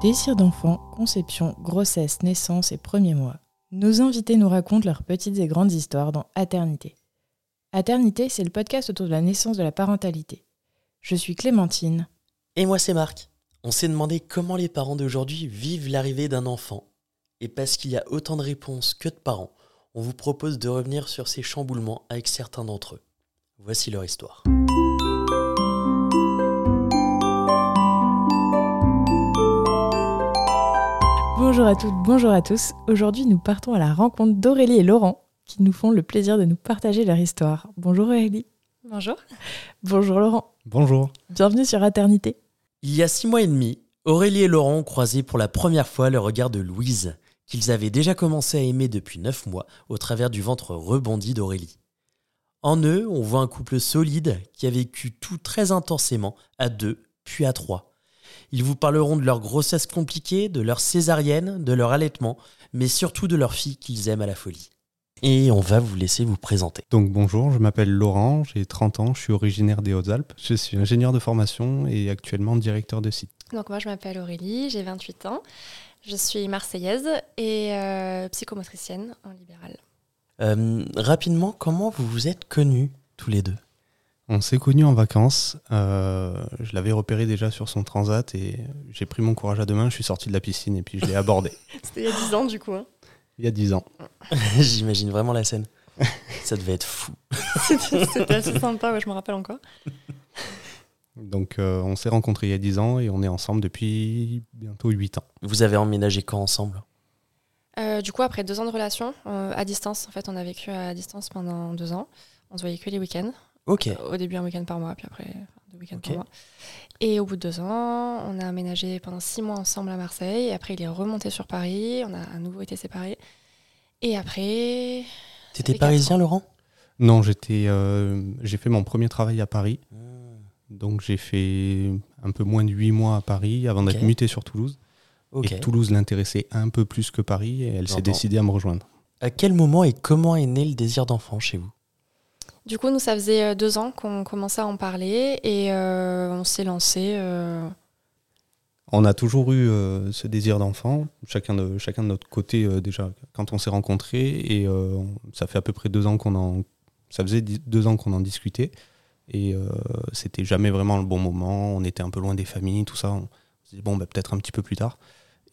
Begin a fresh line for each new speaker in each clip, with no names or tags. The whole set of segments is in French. Désir d'enfant, conception, grossesse, naissance et premiers mois. Nos invités nous racontent leurs petites et grandes histoires dans Aternité. Aternité, c'est le podcast autour de la naissance de la parentalité. Je suis Clémentine.
Et moi, c'est Marc. On s'est demandé comment les parents d'aujourd'hui vivent l'arrivée d'un enfant. Et parce qu'il y a autant de réponses que de parents, on vous propose de revenir sur ces chamboulements avec certains d'entre eux. Voici leur histoire.
Bonjour à toutes, bonjour à tous. Aujourd'hui, nous partons à la rencontre d'Aurélie et Laurent, qui nous font le plaisir de nous partager leur histoire. Bonjour Aurélie.
Bonjour.
Bonjour Laurent.
Bonjour.
Bienvenue sur Aternité.
Il y a six mois et demi, Aurélie et Laurent ont croisé pour la première fois le regard de Louise, qu'ils avaient déjà commencé à aimer depuis neuf mois au travers du ventre rebondi d'Aurélie. En eux, on voit un couple solide qui a vécu tout très intensément à deux, puis à trois. Ils vous parleront de leur grossesse compliquée, de leur césarienne, de leur allaitement, mais surtout de leur fille qu'ils aiment à la folie. Et on va vous laisser vous présenter.
Donc bonjour, je m'appelle Laurent, j'ai 30 ans, je suis originaire des Hautes-Alpes, je suis ingénieur de formation et actuellement directeur de site.
Donc moi je m'appelle Aurélie, j'ai 28 ans, je suis marseillaise et euh, psychomotricienne en libéral.
Euh, rapidement, comment vous vous êtes connus tous les deux
On s'est connus en vacances. euh, je l'avais repéré déjà sur son transat et j'ai pris mon courage à deux mains. Je suis sorti de la piscine et puis je l'ai abordé
C'était il y a 10 ans du coup. hein.
il y a dix ans.
J'imagine vraiment la scène. Ça devait être fou.
C'était c'était assez sympa, ouais, je me rappelle encore.
Donc euh, on s'est rencontrés il y a dix ans et on est ensemble depuis bientôt huit ans.
Vous avez emménagé quand ensemble
Euh, du coup après deux ans de relation, euh, à distance, en fait on a vécu à distance pendant deux ans. On se voyait que les week-ends.
Ok.
Au début un week-end par mois, puis après enfin, deux week-ends
Ok.
par mois. Et au bout de deux ans, on a aménagé pendant six mois ensemble à Marseille. Et après il est remonté sur Paris, on a à nouveau été séparés. Et après,
T'étais
fait quatre
parisien, Laurent
Non, j'étais, euh, j'ai fait mon premier travail à Paris. Donc j'ai fait un peu moins de huit mois à Paris avant d'être
Ok.
muté sur Toulouse.
Ok.
Et Toulouse l'intéressait un peu plus que Paris et elle s'est
J'entends.
décidée à me rejoindre.
À quel moment et comment est né le désir d'enfant chez vous
Du coup, nous, ça faisait euh, deux ans qu'on commençait à en parler et euh, on s'est lancé. euh,
On a toujours eu euh, ce désir d'enfant, chacun de, chacun de notre côté euh, déjà, quand on s'est rencontrés, et euh, on- ça fait à peu près deux ans qu'on en... Ça faisait dix- deux ans qu'on en discutait, et euh, c'était jamais vraiment le bon moment, on était un peu loin des familles, tout ça, on se disait bon, bah, peut-être un petit peu plus tard.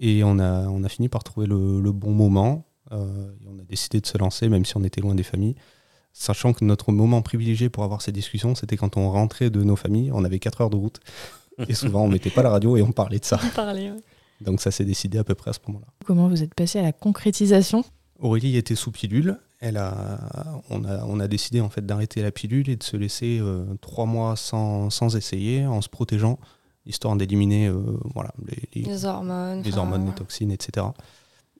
Et on a, on a fini par trouver le, le bon moment, euh, et on a décidé de se lancer, même si on était loin des familles, sachant que notre moment privilégié pour avoir ces discussions, c'était quand on rentrait de nos familles, on avait quatre heures de route, et souvent on mettait pas la radio et on parlait de ça.
en parler. ouais.
Donc ça s'est décidé à peu près à ce moment-là.
Comment vous êtes passé à la concrétisation
Aurélie était sous pilule. Elle a, on, a, on a décidé en fait d'arrêter la pilule et de se laisser euh, trois mois sans, sans essayer, en se protégeant, histoire d'éliminer euh, voilà, les, les-
Les hormones.
les
enfin,
hormones, les toxines, etc.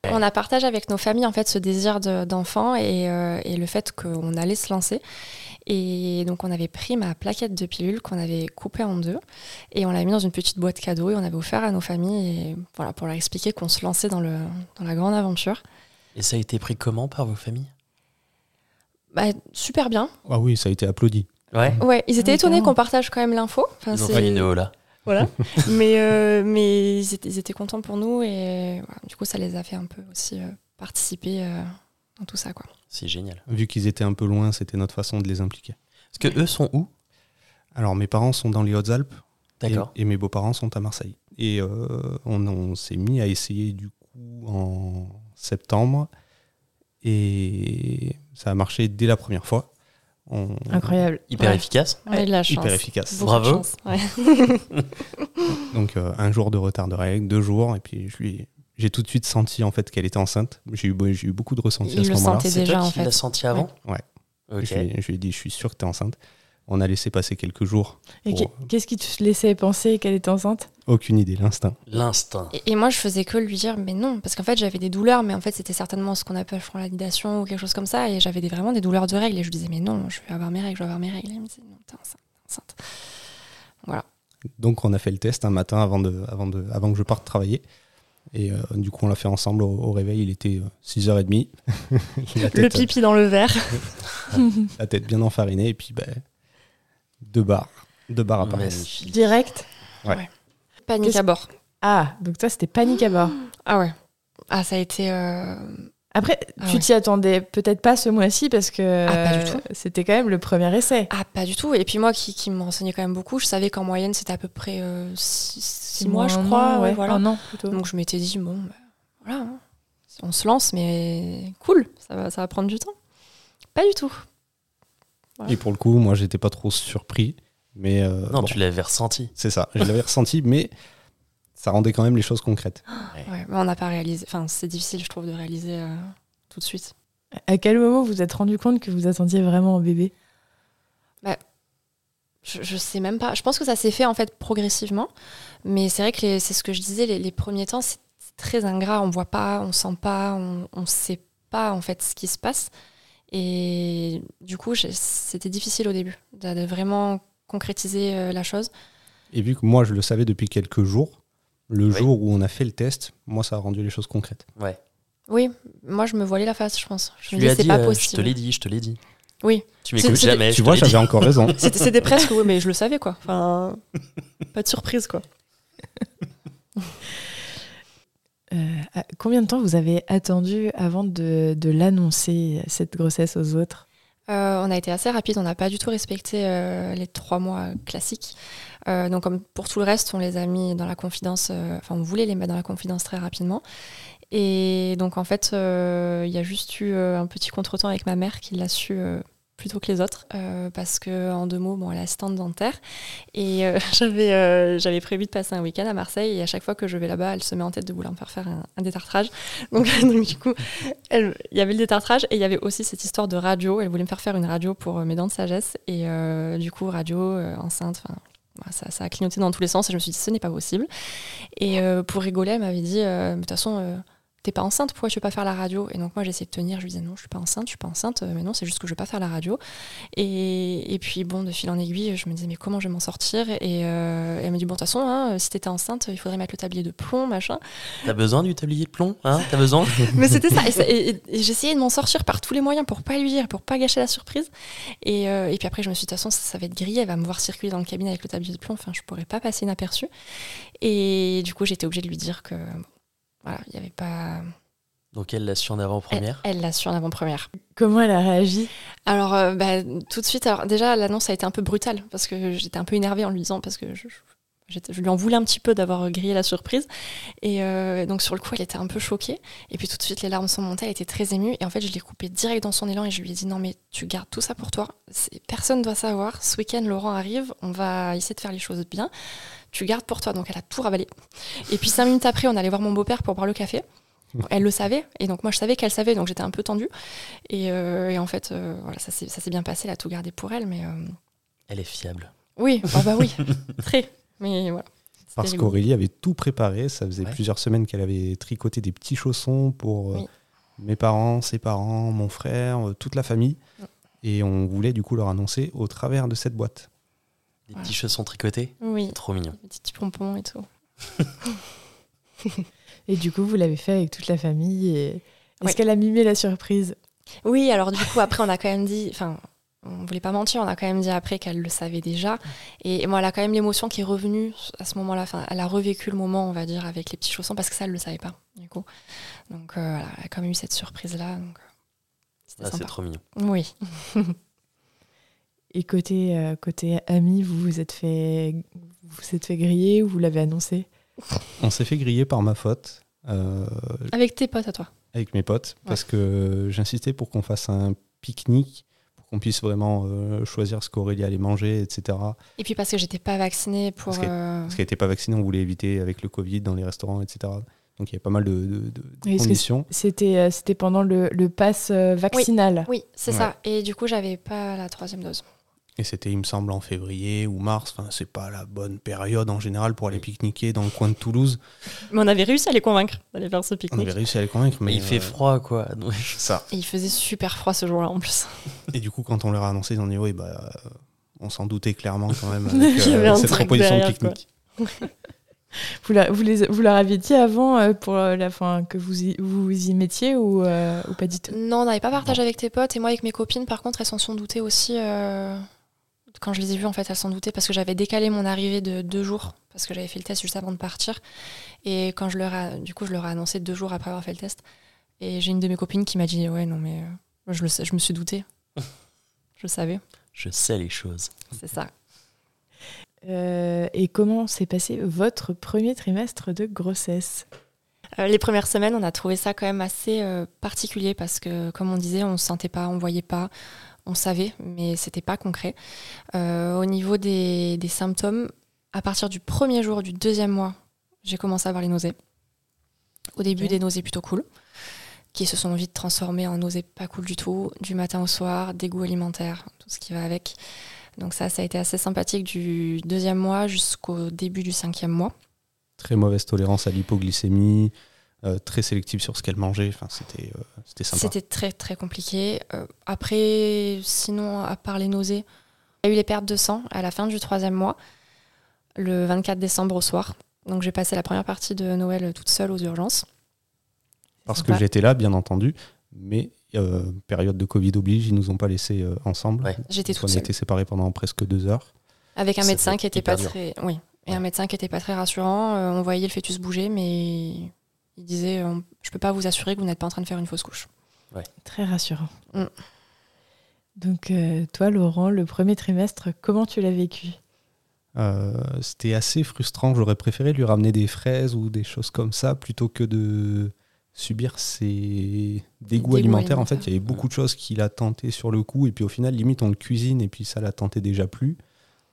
On a partagé avec nos familles en fait ce désir de- d'enfant et, euh, et le fait qu'on allait se lancer. Et donc on avait pris ma plaquette de pilules qu'on avait coupée en deux et on l'a mis dans une petite boîte cadeau et on avait offert à nos familles et, voilà, pour leur expliquer qu'on se lançait dans, le, dans la grande aventure.
Et ça a été pris comment par vos familles
Bah, super bien.
Ah oui, ça a été applaudi.
Ouais.
Ouais, ils étaient
Ah,
étonnés
carrément.
qu'on partage quand même l'info. Enfin,
Ils ont
Ah, c'est-
fait une E là.
Voilà. mais euh, mais ils, étaient, ils étaient contents pour nous et voilà. du coup, ça les a fait un peu aussi euh, participer euh, dans tout ça. Quoi.
C'est génial.
Vu qu'ils étaient un peu loin, c'était notre façon de les impliquer.
Parce que eux sont où
Alors mes parents sont dans les Hautes-Alpes, Et,
D'accord.
et mes beaux-parents sont à Marseille. Et euh, on, on s'est mis à essayer du coup en septembre. Et ça a marché dès la première fois. On-
Incroyable.
Hyper
Ouais.
efficace.
On a eu de la chance.
Hyper efficace.
Beaucoup de
Bravo.
chance, ouais.
Donc euh, un jour de retard de règles, deux jours, et puis je lui- j'ai tout de suite senti en fait qu'elle était enceinte. J'ai eu, be- j'ai eu beaucoup de ressentis
Il
à ce
le
moment-là.
sentait. T'es
C'est
déjà,
toi
en
qui
fait.
l'as senti avant
Ouais.
Ok.
Je, lui- je lui ai dit, je suis sûr que tu es enceinte. On a laissé passer quelques jours.
Et
Bon.
qu'est- qu'est-ce qui te laissait penser qu'elle était enceinte
Aucune idée, l'instinct.
L'instinct.
Et, et moi, je faisais que lui dire, mais non, parce qu'en fait, j'avais des douleurs, mais en fait, c'était certainement ce qu'on appelle, je crois, la dilation ou quelque chose comme ça, et j'avais des- vraiment des douleurs de règles, et je lui disais, mais non, je vais avoir mes règles, je vais avoir mes règles. Et il me disait, non, t'es enceinte, t'es enceinte.
Donc on a fait le test un matin avant, de, avant, de, avant que je parte travailler. Et euh, du coup on l'a fait ensemble au, au réveil. Il était euh, 6h30. La
Le
tête, euh,
pipi dans le verre.
la tête bien enfarinée et puis ben, deux barres. Deux barres à Paris.
Magnifique.
Direct
Ouais.
Panique
Qu'est-ce-
à bord.
Ah, donc toi, c'était panique à bord.
Ah ouais. Ah, ça a été. euh,
Après,
Ah
tu
ouais.
t'y attendais peut-être pas ce mois-ci parce que
Ah, pas du
euh,
tout.
c'était quand même le premier essai.
Ah, pas du tout. Et puis moi qui, qui me renseignais quand même beaucoup, je savais qu'en moyenne c'était à peu près 6 mois, je
un
crois.
an,
ouais,
ouais,
voilà.
Un an plutôt.
Donc je m'étais dit, bon, bah, voilà, hein. on se lance, mais cool, ça va, ça va prendre du temps. Pas du tout.
Et pour le coup, moi, j'étais pas trop surpris. Mais euh,
Non,
bon,
tu l'avais ressenti.
c'est ça. Je l'avais ressenti, mais ça rendait quand même les choses concrètes.
Ouais, mais on n'a pas réalisé. Enfin, c'est difficile, je trouve, de réaliser euh, tout de suite.
À quel moment vous vous êtes rendu compte que vous attendiez vraiment un bébé
Je, je sais même pas. Je pense que ça s'est fait en fait progressivement, mais c'est vrai que les- c'est ce que je disais, les, les premiers temps, c'est c'est très ingrat. On voit pas, on sent pas, on, on sait pas en fait ce qui se passe. Et du coup, j'ai- c'était difficile au début de, de vraiment concrétiser euh, la chose.
Et vu que moi, je le savais depuis quelques jours, le
Oui.
jour où on a fait le test, moi, ça a rendu les choses concrètes.
Ouais.
Oui, moi je me voilais la face, je pense. Je
Tu
me
lui
disais,
as
c'est
dit,
pas
euh, je te l'ai
possible.
dit, je te l'ai dit.
Oui.
Tu
C'est-
m'écoutes
c'était-
jamais. Eh, je
tu
te
vois,
l'ai dit.
j'avais encore raison.
C'était c'était presque, oui, mais je le savais quoi. Enfin, pas de surprise quoi.
Euh, à- Combien de temps vous avez attendu avant de, de l'annoncer, cette grossesse aux autres
Euh, on a été assez rapide, on n'a pas du tout respecté euh, les trois mois classiques. Euh, donc, comme pour tout le reste, on les a mis dans la confidence, euh, enfin, on voulait les mettre dans la confidence très rapidement. Et donc, en fait, euh, il y a juste eu euh, un petit contretemps avec ma mère qui l'a su. euh, plutôt que les autres, euh, parce que en deux mots, bon, elle est assistante dentaire, et euh, j'avais euh, j'avais prévu de passer un week-end à Marseille, et à chaque fois que je vais là-bas, elle se met en tête de vouloir me faire faire un, un détartrage. Donc, donc du coup, elle- il y avait le détartrage et il y avait aussi cette histoire de radio. Elle voulait me faire faire une radio pour euh, mes dents de sagesse. Et euh, du coup, radio, euh, enceinte, enfin, voilà, ça, ça a clignoté dans tous les sens. Et je me suis dit, ce n'est pas possible. Et euh, pour rigoler, elle m'avait dit, euh, Mais de toute façon, euh, t'es pas enceinte, pourquoi tu veux pas faire la radio Et donc, moi, j'ai essayé de tenir. Je lui disais, non, je suis pas enceinte, je suis pas enceinte. euh, Mais non, c'est juste que je veux pas faire la radio. Et, et puis, bon, de fil en aiguille, je me disais, mais comment je vais m'en sortir Et euh, elle m'a dit, bon, de toute façon, hein, si t'étais enceinte, il faudrait mettre le tablier de plomb, machin.
T'as besoin du tablier de plomb hein T'as besoin
Mais c'était ça. Et, ça- et- et- et j'essayais de m'en sortir par tous les moyens pour pas lui dire, pour pas gâcher la surprise. Et, euh, et puis après, je me suis dit, de toute façon, ça, ça va être grillé. Elle va me voir circuler dans le cabinet avec le tablier de plomb. Enfin, je pourrais pas passer inaperçu. Et du coup, j'étais obligée de lui dire que. bon, Voilà, il y avait pas.
Donc elle l'a su en avant-première.
Elle elle l'a su en avant-première.
Comment elle a réagi
Alors, euh, bah, tout de suite, alors, déjà, l'annonce a été un peu brutale parce que j'étais un peu énervée en lui disant, parce que je, je- j'étais- je lui en voulais un petit peu d'avoir euh, grillé la surprise. Et euh, donc, sur le coup, elle était un peu choquée. Et puis, tout de suite, les larmes sont montées, elle était très émue. Et en fait, je l'ai coupée direct dans son élan et je lui ai dit, non, mais tu gardes tout ça pour toi. C'est- Personne doit savoir. Ce week-end, Laurent arrive, on va essayer de faire les choses bien. Tu gardes pour toi. Donc, elle a tout ravalé. Et puis, cinq minutes après, on allait voir mon beau-père pour boire le café. Elle le savait, et donc moi je savais qu'elle savait, donc j'étais un peu tendue. Et, euh, et en fait, euh, voilà, ça s'est ça s'est bien passé, elle a tout gardé pour elle, mais euh,
Elle est fiable.
oui, oh bah oui, très. Mais voilà. c'était
Parce
rigolo.
qu'Aurélie avait tout préparé. Ça faisait
Ouais.
plusieurs semaines qu'elle avait tricoté des petits chaussons pour euh,
Oui.
mes parents, ses parents, mon frère, euh, toute la famille.
Ouais.
Et on voulait du coup leur annoncer au travers de cette boîte.
Des
Voilà.
petits chaussons tricotés.
Oui,
Trop mignon.
des petits pompons et tout.
Et du coup, vous l'avez fait avec toute la famille. et- Est-ce
Ouais.
qu'elle a mimé la surprise
Oui, alors du coup, après, on a quand même dit, enfin, on voulait pas mentir, on a quand même dit après qu'elle le savait déjà. Et, et moi, elle a quand même l'émotion qui est revenue à ce moment-là. Enfin, elle a revécu le moment, on va dire, avec les petits chaussons, parce que ça, elle le savait pas, du coup. Donc euh, voilà, elle a quand même eu cette surprise-là. donc, euh, C'était
Ah, c'est
sympa.
trop mignon.
Oui.
Et côté, euh, côté ami, vous vous êtes fait, vous vous êtes fait griller ou vous l'avez annoncé
On s'est fait griller par ma faute. euh,
Avec tes potes à toi.
avec mes potes parce que j'insistais pour qu'on fasse un pique-nique, pour qu'on puisse vraiment euh, choisir ce qu'Aurélie allait manger, etc.
Et puis parce que j'étais pas vaccinée pour.
Parce que-
euh,
Parce qu'elle n'était pas vaccinée, on voulait éviter avec le Covid dans les restaurants, etc. Donc il y a pas mal de, de- de- de
Oui, parce que
conditions.
C'était euh, c'était pendant le, le pass euh, vaccinal.
Oui, c'est
Ouais.
ça. Et du coup, j'avais pas la troisième dose.
Et c'était, il me semble, en février ou mars. Enfin, c'est pas la bonne période en général pour aller pique-niquer dans le coin de Toulouse.
Mais on avait réussi à les convaincre d'aller faire ce
On
pique-nique.
avait réussi à les convaincre, mais
Mais il fait
euh,
froid, quoi. Donc,
ça.
Et il faisait super froid ce jour-là en plus.
Et du coup, quand on leur a annoncé, ils ont dit oui, bah, euh, on s'en doutait clairement quand même avec, euh,
Il y avait un
cette
truc
proposition de
derrière, quoi.
pique-nique.
Vous, la- vous, les, vous leur aviez dit avant euh, pour euh, la fin que vous y, vous y mettiez ou, euh, ou pas du tout
Non, on n'avait pas partagé avec tes potes. Et moi, avec mes copines, par contre, elles s'en sont doutées aussi. euh, Quand je les ai vues, en fait, elles s'en doutaient parce que j'avais décalé mon arrivée de deux jours. parce que j'avais fait le test juste avant de partir. Et quand je leur a- du coup, je leur ai annoncé deux jours après avoir fait le test. Et j'ai une de mes copines qui m'a dit Ouais, non, mais euh, je, le sais- je me suis doutée. je savais.
Je sais les choses.
C'est ça.
Euh, et comment s'est passé votre premier trimestre de grossesse
Euh, les premières semaines, on a trouvé ça quand même assez euh, particulier parce que, comme on disait, on ne sentait pas, on voyait pas, on savait, mais c'était pas concret. Euh, au niveau des, des symptômes, à partir du premier jour du deuxième mois, j'ai commencé à avoir les nausées. Au début,
Ok.
des nausées plutôt cool, qui se sont vite transformées en nausées pas cool du tout, du matin au soir, des goûts alimentaires, tout ce qui va avec. Donc ça, ça a été assez sympathique du deuxième mois jusqu'au début du cinquième mois.
Très mauvaise tolérance à l'hypoglycémie, euh, très sélective sur ce qu'elle mangeait. Enfin, c'était euh, c'était sympa.
C'était très très compliqué. Euh, après, sinon, à part les nausées, il y a eu les pertes de sang à la fin du troisième mois, le 24 décembre au soir. Donc j'ai passé la première partie de Noël toute seule aux urgences.
Parce
sympa.
que j'étais là, bien entendu, mais euh, période de Covid oblige, ils nous ont pas laissés euh, ensemble.
Ouais.
J'étais
on
toute seule.
était séparés pendant presque deux heures.
Avec un
Ça doit
médecin
être
qui était
hyper
pas
dur.
très, oui, et
Ouais.
un médecin qui était pas très rassurant. Euh, on voyait le fœtus bouger, mais il disait, euh, je peux pas vous assurer que vous n'êtes pas en train de faire une fausse couche.
Très rassurant.
Mm.
Donc, euh, toi, Laurent, le premier trimestre, comment tu l'as vécu
Euh, c'était assez frustrant. J'aurais préféré lui ramener des fraises ou des choses comme ça plutôt que de subir ses dégoûts
dégoûts
alimentaires. En fait,
alimentaires.
il y avait beaucoup de choses qu'il a tenté sur le coup et puis au final, limite, on le cuisine et puis ça l'a tenté déjà plus.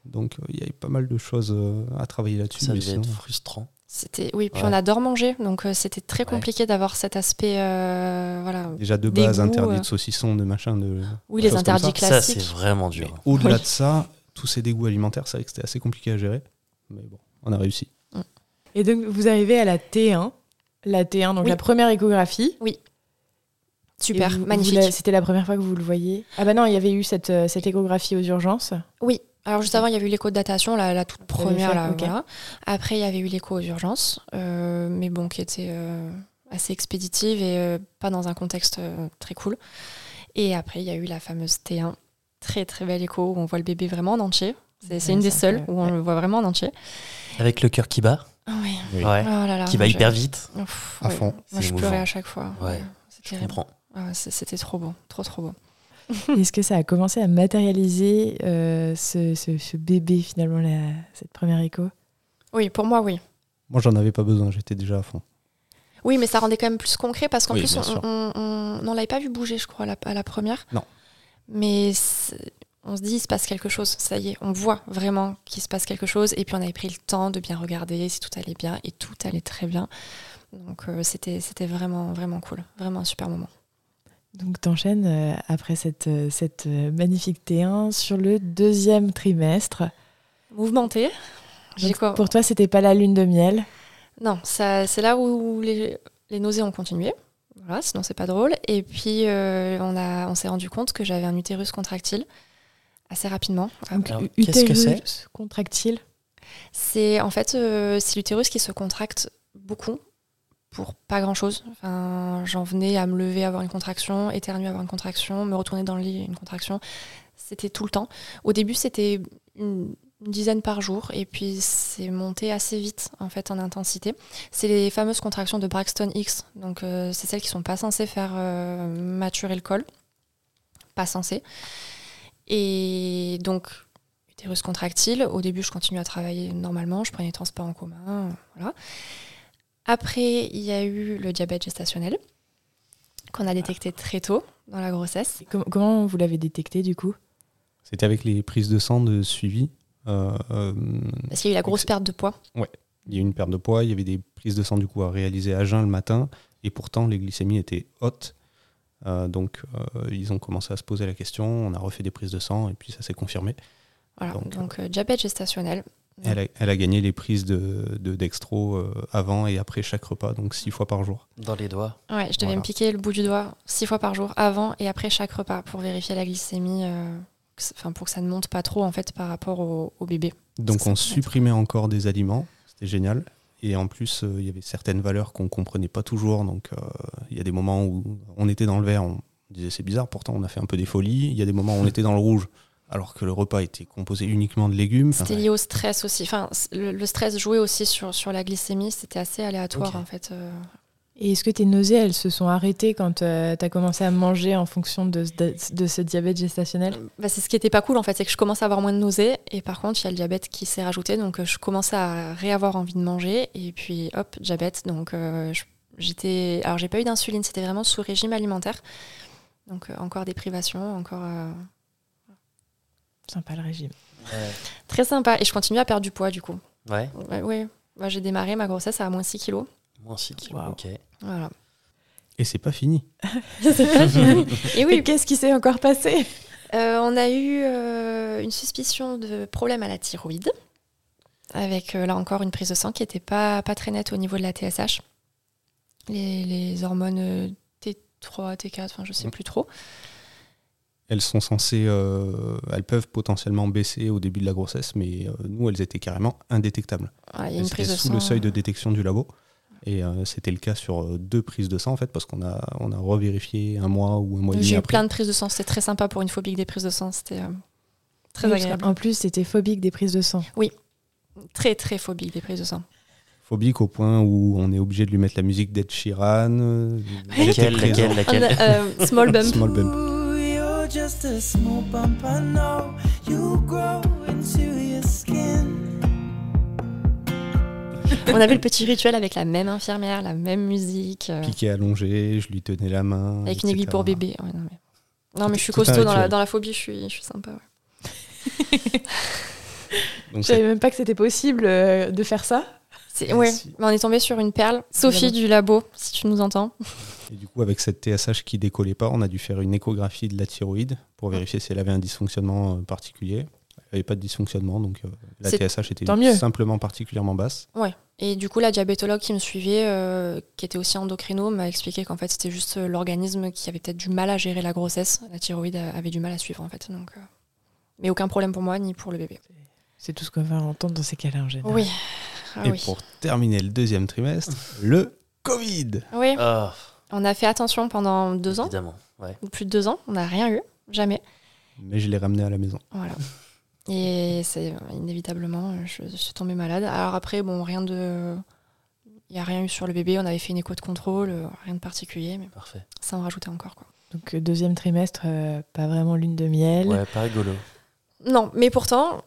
Donc, euh, il y avait pas mal de choses euh, à travailler là-dessus.
Ça
mais
devait
sinon,
être frustrant.
C'était, oui, puis
Ouais.
on adore manger, donc euh, c'était très
Ouais.
compliqué d'avoir cet aspect, euh, voilà,
Déjà de
Des
base,
goûts,
interdit
euh,
de saucisson, de machin, de.
oui,
des
les
choses comme ça.
interdits
Ça, c'est
classiques.
vraiment
Mais
dur.
Au-delà
Oui.
de ça, tous ces dégoûts alimentaires, c'est vrai que c'était assez compliqué à gérer. Mais bon, on a réussi.
Et donc, vous arrivez à la T1. La T1, donc
Oui.
la première échographie.
Super,
Et vous- vous
magnifique.
la- C'était la première fois que vous le voyez. Ah bah non, il y avait eu cette, euh, cette échographie aux urgences.
Oui. Alors juste avant, il y avait eu l'écho de datation, la, la toute
Vous l'avez
première.
fait,
là,
ok.
voilà. Après, il y avait eu l'écho aux urgences, euh, mais bon, qui était euh, assez expéditive et euh, pas dans un contexte euh, très cool. Et après, il y a eu la fameuse T1, très très belle écho où on voit le bébé vraiment en entier. C'est c'est
Ouais,
une des
c'est un
seules
peu-
où on
ouais.
le voit vraiment en entier.
Avec le cœur qui bat,
Oui.
Oui.
ouais,
Oh là là,
qui va
je-
hyper vite.
Ouf,
À
ouais.
fond.
C'est
Moi, je pleurais
émouvant.
à chaque fois.
Ouais,
C'est
Je
terrible.
comprends.
Ah, c'est- C'était trop beau, trop trop beau.
Est-ce que ça a commencé à matérialiser euh, ce, ce- ce bébé, finalement, la- cette première écho
Oui, pour moi, oui.
Moi, j'en avais pas besoin, j'étais déjà à fond.
Oui, mais ça rendait quand même plus concret parce qu'en
Oui,
plus,
bien
on-
sûr.
on on- on l'avait pas vu bouger, je crois, à la, à la première.
Non.
Mais c'est- on se dit, il se passe quelque chose. Ça y est, on voit vraiment qu'il se passe quelque chose. Et puis, on avait pris le temps de bien regarder si tout allait bien. Et tout allait très bien. Donc, euh, c'était c'était vraiment, vraiment cool. Vraiment un super moment.
Donc, t'enchaînes euh, après cette, euh, cette euh, magnifique T1 sur le deuxième trimestre.
Mouvementé. J'ai
Donc,
quoi
Pour toi, c'était pas la lune de miel.
Non, ça- c'est là où les, les nausées ont continué. Voilà, sinon c'est pas drôle. Et puis euh, on, a, on s'est rendu compte que j'avais un utérus contractile assez rapidement.
Donc,
Alors,
u-
qu'est-ce que
utérus contractile.
C'est en fait euh, c'est l'utérus qui se contracte beaucoup pour pas grand chose. Enfin, j'en venais à me lever, avoir une contraction, éternuer, avoir une contraction, me retourner dans le lit, une contraction. C'était tout le temps. Au début, c'était une une dizaine par jour et puis c'est monté assez vite en fait en intensité. C'est les fameuses contractions de Braxton Hicks. Donc euh, c'est celles qui sont pas censées faire euh, maturer le col. Pas censées. Et donc utérus contractile. Au début, je continue à travailler normalement, je prenais les transports en commun, euh, voilà. Après, il y a eu le diabète gestationnel qu'on a détecté très tôt dans la grossesse.
Et com- comment vous l'avez détecté, du coup
C'était avec les prises de sang de suivi. Euh, euh,
Parce qu'il y a eu la grosse perte de poids.
il y a eu une perte de poids, il y avait des prises de sang du coup à réaliser à jeun le matin, et pourtant les glycémies étaient hautes. Euh, donc euh, ils ont commencé à se poser la question, on a refait des prises de sang, et puis ça s'est confirmé.
Voilà.
Donc,
Donc, euh, diabète gestationnel.
Elle a, elle a gagné les prises de, de dextro euh, avant et après chaque repas, donc six fois par jour.
Dans les doigts.
Ouais, je devais
Voilà.
me piquer le bout du doigt six fois par jour, avant et après chaque repas, pour vérifier la glycémie, euh, que c- enfin pour que ça ne monte pas trop en fait par rapport au, au bébé.
Donc
C'est
on
ça.
supprimait encore des aliments, c'était génial. Et en plus, euh, il y avait certaines valeurs qu'on comprenait pas toujours. Donc euh, il y a des moments où on était dans le vert, on disait c'est bizarre, pourtant on a fait un peu des folies. Il y a des moments où on était dans le rouge. alors que le repas était composé uniquement de légumes.
C'était lié au stress aussi. Enfin, c- le, le stress jouait aussi sur, sur la glycémie. C'était assez aléatoire,
Ok.
en fait. euh.
Et est-ce que tes nausées, elles se sont arrêtées quand tu as commencé à manger en fonction de, ce- de- de ce diabète gestationnel
Bah, c'est ce qui était pas cool, en fait. C'est que je commence à avoir moins de nausées. Et par contre, il y a le diabète qui s'est rajouté. Donc, euh, je commençais à réavoir envie de manger. Et puis, hop, diabète. Donc, euh, je- j'étais. Alors, j'ai pas eu d'insuline. C'était vraiment sous régime alimentaire. Donc, euh, encore des privations, encore. euh,
Sympa le régime.
Très sympa. Et je continue à perdre du poids, du coup.
Ouais,
Ouais, ouais. Moi, j'ai démarré ma grossesse à moins 6 kilos.
moi aussi.
Wow.
Ok.
Voilà.
Et c'est pas fini.
Et
Et
oui,
qu'est-ce qui s'est encore passé
euh, on a eu euh, une suspicion de problème à la thyroïde, avec euh, là encore une prise de sang qui n'était pas, pas très nette au niveau de la TSH. Les, les hormones euh, T3, T4, enfin je sais
Mm.
plus trop.
Elles sont censées, euh, elles peuvent potentiellement baisser au début de la grossesse, mais euh, nous, elles étaient carrément indétectables.
Voilà, il y a
Elles
une
étaient
prise de
sous
sang. euh.
le seuil de détection du labo. Et euh, c'était le cas sur euh, deux prises de sang, en fait, parce qu'on a, on a revérifié un mois ou un mois et demi
J'ai eu
après.
plein de prises de sang, c'était très sympa pour une phobique des prises de sang, c'était euh, très
Oui, parce
agréable.
qu'en plus, c'était phobique des prises de sang.
Très très phobique des prises de sang.
Phobique au point où on est obligé de lui mettre la musique d'Ed Sheeran. euh, j'étais
Laquelle,
présent.
laquelle, laquelle
On a, euh, small bump.
Small bump.
Ooh, you're just a small bump. I know you grow into your skin.
on avait le petit rituel avec la même infirmière, la même musique. euh,
Piqué allongé, je lui tenais la main.
Avec une aiguille
etc.
pour bébé. Ouais, non, mais... non, mais je suis
Tout un
costaud dans la,
rituel.
dans la phobie, je suis, je suis sympa. ouais.
Donc
Je
ça-
savais même pas que c'était possible euh, de faire ça.
C'est- ouais,
si.
mais on est tombé sur une perle. Sophie
Évidemment.
du labo, si tu nous entends.
Et du coup, avec cette TSH qui décollait pas, on a dû faire une échographie de la thyroïde pour
Ah.
vérifier si elle avait un dysfonctionnement euh, particulier. Elle n'avait pas de dysfonctionnement, donc euh, la
C'est-
TSH était
tant mieux.
simplement particulièrement basse.
Et du coup, la diabétologue qui me suivait, euh, qui était aussi endocrino, m'a expliqué qu'en fait, c'était juste euh, l'organisme qui avait peut-être du mal à gérer la grossesse. La thyroïde euh, avait du mal à suivre, en fait. Donc, euh, Mais aucun problème pour moi ni pour le bébé.
C'est tout ce qu'on va entendre dans ces cas-là en général.
Oui. Ah
Et
oui.
pour terminer le deuxième trimestre, le Covid.
Oui.
Ah,
On a fait attention pendant deux ans,
Évidemment. Ouais.
ou plus de deux ans. On n'a rien eu, jamais.
Mais je l'ai ramené à la maison.
Voilà. Et c'est euh, inévitablement, je, je suis tombée malade. Alors après, bon, rien de. Il n'y a rien eu sur le bébé, on avait fait une écho de contrôle, euh, rien de particulier, mais
Parfait.
ça en rajoutait encore. Quoi.
Donc euh, deuxième trimestre, euh, pas vraiment lune de miel.
Ouais, pas rigolo.
Non, mais pourtant,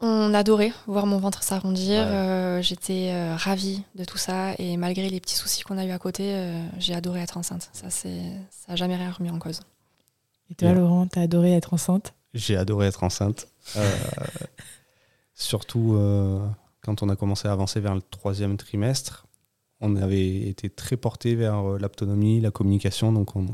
on adorait voir mon ventre s'arrondir.
Ouais.
euh, J'étais euh, ravie de tout ça, et malgré les petits soucis qu'on a eu à côté, euh, j'ai adoré être enceinte. Ça, c'est ça a jamais rien remis en cause.
Et toi,
Ouais.
Laurent, t'as adoré être enceinte
J'ai adoré être enceinte. Euh, surtout euh, quand on a commencé à avancer vers le troisième trimestre, on avait été très porté vers euh, l'aptonomie, la communication. Donc on,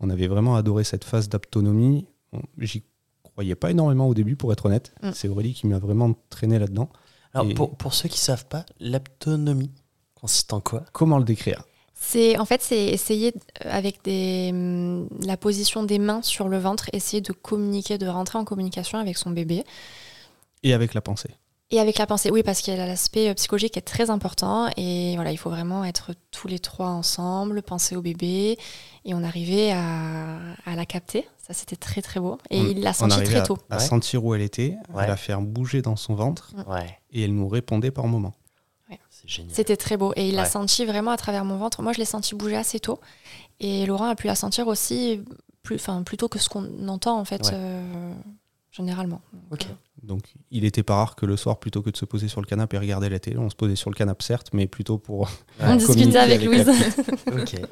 on avait vraiment adoré cette phase d'aptonomie. On- J'y croyais pas énormément au début, pour être honnête.
Mm.
C'est Aurélie qui m'a vraiment traîné là-dedans.
Alors,
Et-
pour, pour ceux qui savent pas, l'aptonomie consiste en quoi
Comment le décrire
C'est en fait c'est essayer euh, avec des hum, la position des mains sur le ventre, essayer de communiquer, de rentrer en communication avec son bébé
Et avec la pensée.
et avec la pensée. Oui, parce qu'il y a l'aspect euh, psychologique qui est très important et voilà, il faut vraiment être tous les trois ensemble, penser au bébé et on arrivait à, à la capter. Ça c'était très très beau et
On-
il l'a
on
senti
arrivait
très
à,
tôt.
à
Ouais.
sentir où elle était,
Ouais.
à la faire bouger dans son ventre,
Mm.
Ouais,
et elle nous répondait par moments.
c'est génial.
C'était très beau et il l'a
Ouais.
senti vraiment à travers mon ventre. Moi, je l'ai senti bouger assez tôt et Laurent a pu la sentir aussi plus, enfin, plutôt que ce qu'on entend en fait
Ouais.
euh, généralement.
Ok.
Donc, il était pas rare que le soir, plutôt que de se poser sur le canapé et regarder la télé, on se posait sur le canapé, certes, mais plutôt pour euh,
Ouais.
On discutait
Communiquer
avec,
avec
Louise,
la
Ok.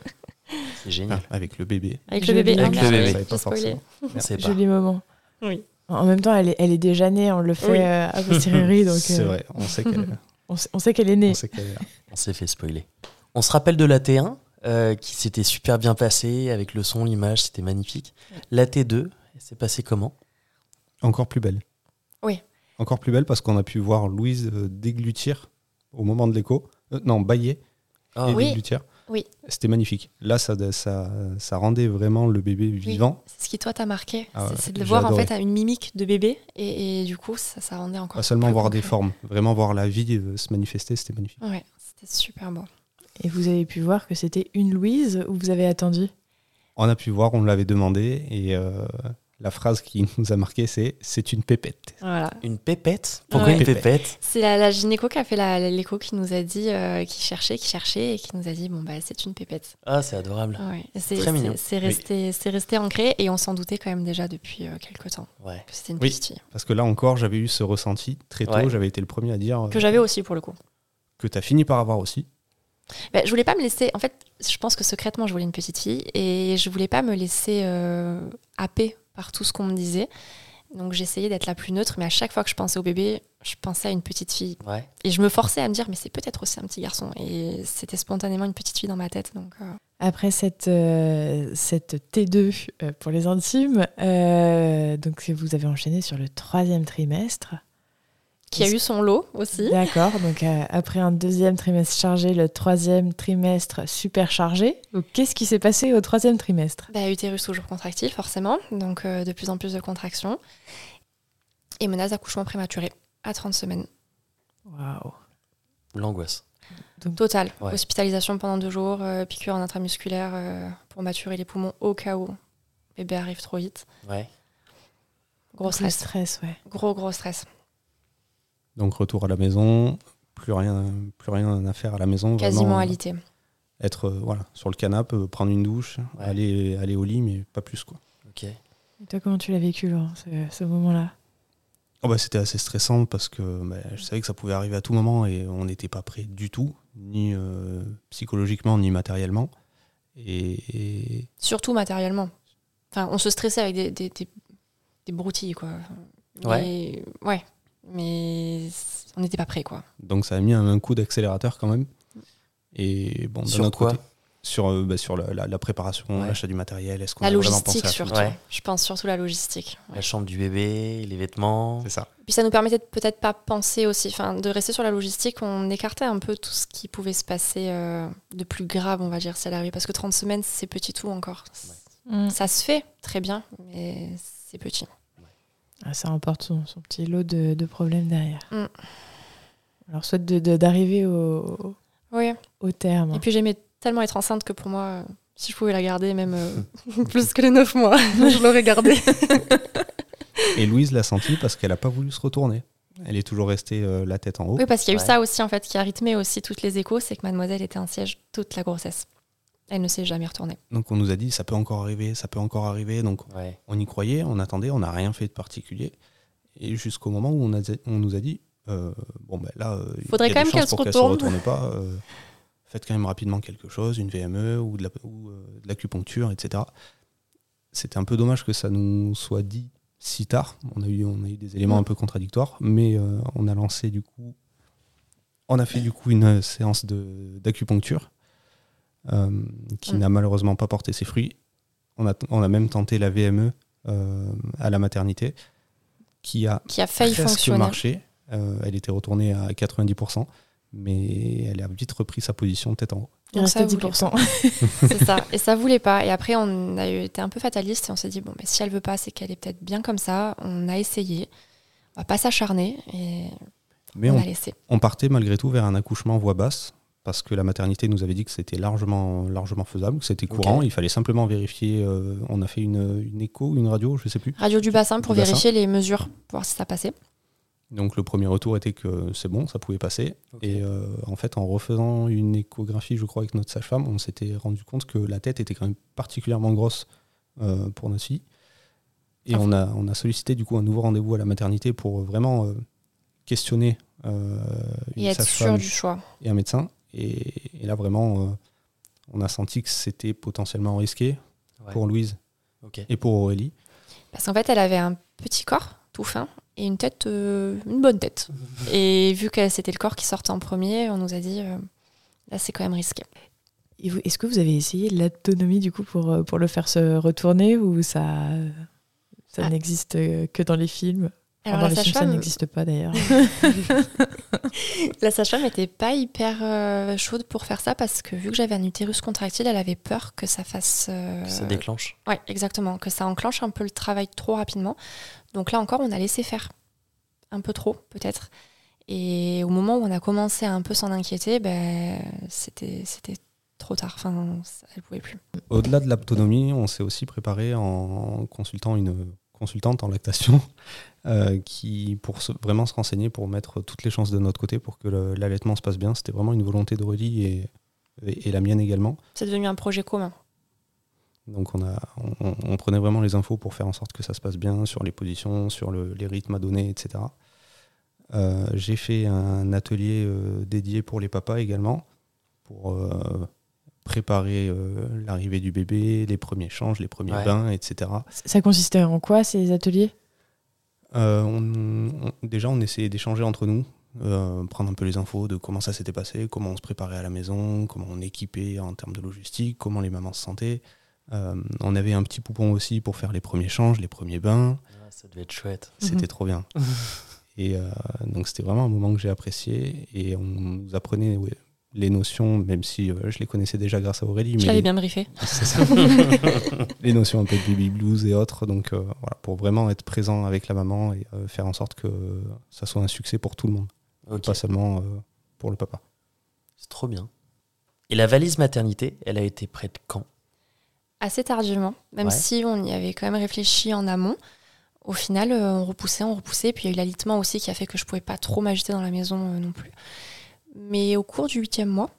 C'est génial.
avec le bébé.
avec le bébé.
Avec Ah,
Ah,
le bébé.
Ça
merde, j'ai
avait pas
spoilé.
forcément.
On sait pas.
Joli moment.
Oui.
En en même temps, elle est, elle est déjà née, on le fait
Oui.
euh, a posteriori, donc
C'est
euh,
vrai, on sait qu'elle
on, sait- on sait qu'elle est née.
on sait qu'elle est là.
On s'est fait spoiler. On se rappelle de la T1 euh, qui s'était super bien passée avec le son, l'image, c'était magnifique. La T2, c'est passé comment
Encore plus belle.
Oui.
Encore plus belle parce qu'on a pu voir Louise euh, déglutir au moment de l'écho. Euh, non, bailler
Ah.
et
Oui.
déglutir.
Oui.
C'était magnifique. Là, ça, ça, ça rendait vraiment le bébé vivant.
C'est ce qui toi t'a marqué,
Ah
c'est-
ouais,
c'est de
j'ai
voir en
adoré.
fait une mimique de bébé et, et du coup ça, ça rendait encore.
Pas seulement
plus
voir des
concret.
formes, vraiment voir la vie euh, se manifester, c'était magnifique.
Ouais, c'était super beau.
Et vous avez pu voir que c'était une Louise ou vous avez attendu
On a pu voir, on l'avait demandé et euh, la phrase qui nous a marqué, c'est c'est une pépette.
Voilà.
Une pépette Pourquoi
Ouais.
une pépette
C'est la, la gynéco qui a fait la- l'écho qui nous a dit, euh, qui cherchait, qui cherchait, et qui nous a dit, bon, bah, c'est une pépette.
Ah, c'est adorable.
Ouais. C'est
Très mignon.
c'est- c'est resté, c'est resté ancré, et on s'en doutait quand même déjà depuis euh, quelque temps
Ouais.
que c'était une
Oui.
petite fille.
Parce que là encore, j'avais eu ce ressenti très tôt.
Ouais.
J'avais été le premier à dire euh,
Que j'avais aussi pour le coup.
que tu as fini par avoir aussi.
Bah, je voulais pas me laisser. En fait, je pense que secrètement, je voulais une petite fille et je voulais pas me laisser euh, happer par tout ce qu'on me disait. Donc j'essayais d'être la plus neutre, mais à chaque fois que je pensais au bébé, je pensais à une petite fille.
Ouais.
Et je me forçais à me dire, mais c'est peut-être aussi un petit garçon. Et c'était spontanément une petite fille dans ma tête. Donc, euh,
Après cette, euh, cette T2 euh, pour les intimes, euh, donc vous avez enchaîné sur le troisième trimestre.
Qui a eu son lot aussi.
D'accord, donc euh, après un deuxième trimestre chargé, le troisième trimestre super chargé. Donc, Qu'est-ce qui s'est passé au troisième trimestre
Bah, utérus toujours contractile, forcément. Donc euh, de plus en plus de contractions. Et menace d'accouchement prématuré à 30 semaines.
Waouh
L'angoisse.
Total.
Ouais.
Hospitalisation pendant deux jours, euh, piqûre en intramusculaire euh, pour maturer les poumons au cas où bébé arrive trop vite.
Ouais.
Gros
Le
stress.
stress, ouais.
Gros, gros stress.
Donc retour à la maison, plus rien, plus rien à faire à la maison.
Quasiment
vraiment,
alité.
Être euh, voilà, sur le canapé, euh, prendre une douche,
Ouais.
aller, aller au lit, mais pas plus quoi.
Ok.
Et toi, comment tu l'as vécu, Laurent, ce, ce moment-là
Oh bah, c'était assez stressant parce que bah, je savais que ça pouvait arriver à tout moment et on n'était pas prêt du tout, ni euh, psychologiquement ni matériellement. Et, et-
Surtout matériellement. Enfin, on se stressait avec des, des, des- des broutilles, quoi. Mais- ouais. Mais c- on n'était pas prêt, quoi.
donc ça a mis un, un coup d'accélérateur quand même. Et bon, d'un
Sur
autre
quoi
côté- sur, euh, bah, sur la, la- la préparation,
Ouais.
l'achat du matériel, est-ce qu'on
la
a vraiment pensé
logistique,
à tout
surtout.
Ouais.
Je pense surtout la logistique. ouais.
La chambre du bébé, les vêtements.
C'est ça.
Puis ça nous permettait de peut-être pas penser aussi, enfin de rester sur la logistique, on écartait un peu tout ce qui pouvait se passer euh, de plus grave, on va dire, si elle arrivait. Parce que 30 semaines, c'est petit tout encore. C- Ça se fait très bien, mais c'est petit.
Ah, ça emporte son, son petit lot de, de problèmes derrière.
Mm.
Alors, soit de- de- d'arriver au,
Oui.
au terme.
Et puis j'aimais tellement être enceinte que pour moi, euh, si je pouvais la garder, même euh, plus que les 9 mois, je l'aurais gardée.
Et Louise l'a senti parce qu'elle n'a pas voulu se retourner. Elle est toujours restée euh, la tête en haut.
Oui, parce qu'il y a eu
Ouais.
ça aussi, en fait, qui a rythmé aussi toutes les échos, c'est que mademoiselle était en siège toute la grossesse. Elle ne s'est jamais retournée.
Donc on nous a dit ça peut encore arriver, ça peut encore arriver. Donc
Ouais.
on y croyait, on attendait, on n'a rien fait de particulier. Et jusqu'au moment où on, a- on nous a dit euh, bon ben là, euh, il
Faudrait
y a
quand
des
même
chances
qu'elle se
pour
retourne.
retourne pas. euh, faites quand même rapidement quelque chose, une VME ou de la- ou, euh, de l'acupuncture, etc. C'était un peu dommage que ça nous soit dit si tard. On a eu, on a eu des éléments un peu contradictoires, mais euh, on a lancé du coup, on a fait du coup une euh, séance de- d'acupuncture euh, qui
Mm.
n'a malheureusement pas porté ses fruits. On a, on a même tenté la VME euh, à la maternité qui a
Qui a failli
presque
fonctionner.
marché. Euh, elle était retournée à 90%, mais elle a vite repris sa position tête en haut.
Il
Donc
restait
ça, vous
10%.
C'est ça. Et ça voulait pas. Et après, on a été un peu fataliste et on s'est dit, bon, mais si elle veut pas, c'est qu'elle est peut-être bien comme ça. On a essayé. On va pas s'acharner et
Mais
on,
on,
a laissé.
on partait malgré tout vers un accouchement voix basse, parce que la maternité nous avait dit que c'était largement, largement faisable, que c'était
Ok.
courant. Il fallait simplement vérifier. euh, on a fait une, une écho, une radio, je sais plus.
Radio du bassin pour
Du bassin.
vérifier les mesures, pour voir si ça passait.
Donc le premier retour était que c'est bon, ça pouvait passer.
Ok.
Et euh, en fait, en refaisant une échographie, je crois, avec notre sage-femme, on s'était rendu compte que la tête était quand même particulièrement grosse euh, pour notre fille. Et
Ah.
on, a, on a sollicité du coup un nouveau rendez-vous à la maternité pour vraiment euh, questionner euh,
Et
une
être sûr
sage-femme
du choix.
et un médecin. Et, et là, vraiment, euh, on a senti que c'était potentiellement risqué
Ouais.
pour Louise
Ok.
et pour Aurélie.
Parce qu'en fait, elle avait un petit corps tout fin et une tête, euh, une bonne tête. Et vu que c'était le corps qui sortait en premier, on nous a dit, euh, là, c'est quand même risqué.
Et vous- Est-ce que vous avez essayé l'autonomie du coup pour, euh, pour le faire se retourner ou ça, ça
Ah.
n'existe euh, que dans les films Enfin,
Alors,
Dans les
la
films, ça
sage-femme,
n'existe pas d'ailleurs.
La sage-femme n'était pas hyper euh, chaude pour faire ça parce que vu que j'avais un utérus contractile, elle avait peur que ça fasse. euh,
Que ça déclenche.
ouais, exactement, que ça enclenche un peu le travail trop rapidement. Donc là encore, on a laissé faire un peu trop peut-être. Et au moment où on a commencé à un peu s'en inquiéter, ben, c'était c'était trop tard. Enfin, ça- elle pouvait plus.
Au-delà de l'autonomie, on s'est aussi préparé en consultant une consultante en lactation, euh, qui, pour se- vraiment se renseigner, pour mettre toutes les chances de notre côté pour que le- l'allaitement se passe bien. C'était vraiment une volonté d'Aurélie et, et- et la mienne également.
C'est devenu un projet commun.
Donc on, a, on, on- on prenait vraiment les infos pour faire en sorte que ça se passe bien sur les positions, sur le- les rythmes à donner, etc. Euh, J'ai fait un atelier euh, dédié pour les papas également, pour euh, préparer euh, l'arrivée du bébé, les premiers changes, les premiers
Ouais.
bains, etc.
Ça consistait en quoi ces ateliers
Euh, on- on- déjà, on essayait d'échanger entre nous, euh, prendre un peu les infos de comment ça s'était passé, comment on se préparait à la maison, comment on équipait en termes de logistique, comment les mamans se sentaient. Euh, on avait un petit poupon aussi pour faire les premiers changes, les premiers
Mhm.
bains.
Ah, ça devait être chouette.
C'était trop bien. et euh, donc, c'était vraiment un moment que j'ai apprécié. Et on nous apprenait ouais, les notions, même si euh, je les connaissais déjà grâce à Aurélie.
Je
mais
l'avais bien briefé.
c'est ça. les notions un peu de baby blues et autres. Donc euh, voilà, pour vraiment être présent avec la maman et euh, faire en sorte que ça soit un succès pour tout le monde,
Ok,
pas seulement euh, pour le papa.
c'est trop bien. Et la valise maternité, elle a été prête quand
Assez tardivement, même
Ouais.
si on y avait quand même réfléchi en amont. Au final, euh, on repoussait, on repoussait. Puis il y a eu l'alitement aussi qui a fait que je pouvais pas trop m'agiter dans la maison euh, non plus. Mais au cours du huitième mois,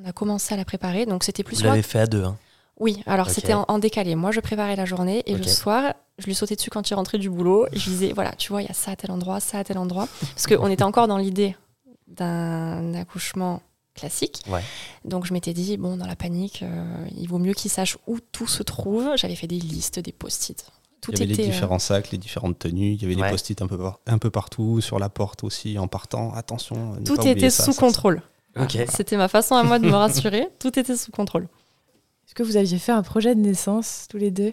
on a commencé à la préparer. Donc c'était plus
Vous
moi
l'avez fait à deux, hein
Oui, alors
Ok.
c'était en, en décalé. Moi, je préparais la journée et
Ok.
le soir, je lui sautais dessus quand il rentrait du boulot. Et je lui disais, voilà, tu vois, il y a ça à tel endroit, ça à tel endroit. Parce qu'on était encore dans l'idée d'un accouchement classique.
Ouais.
Donc je m'étais dit, bon, dans la panique, euh, il vaut mieux qu'il sache où tout se trouve. J'avais fait des listes, des post-it. Tout
il y avait
était.
les
euh,
différents sacs, les différentes tenues, il y avait
Ouais.
des post-it un peu, par- un peu partout, sur la porte aussi, en partant. Attention, ne
tout
pas
était
oublier ça,
sous
ça, ça.
contrôle.
Ok.
C'était ma façon à moi de me rassurer. Tout était sous contrôle.
Est-ce que vous aviez fait un projet de naissance tous les deux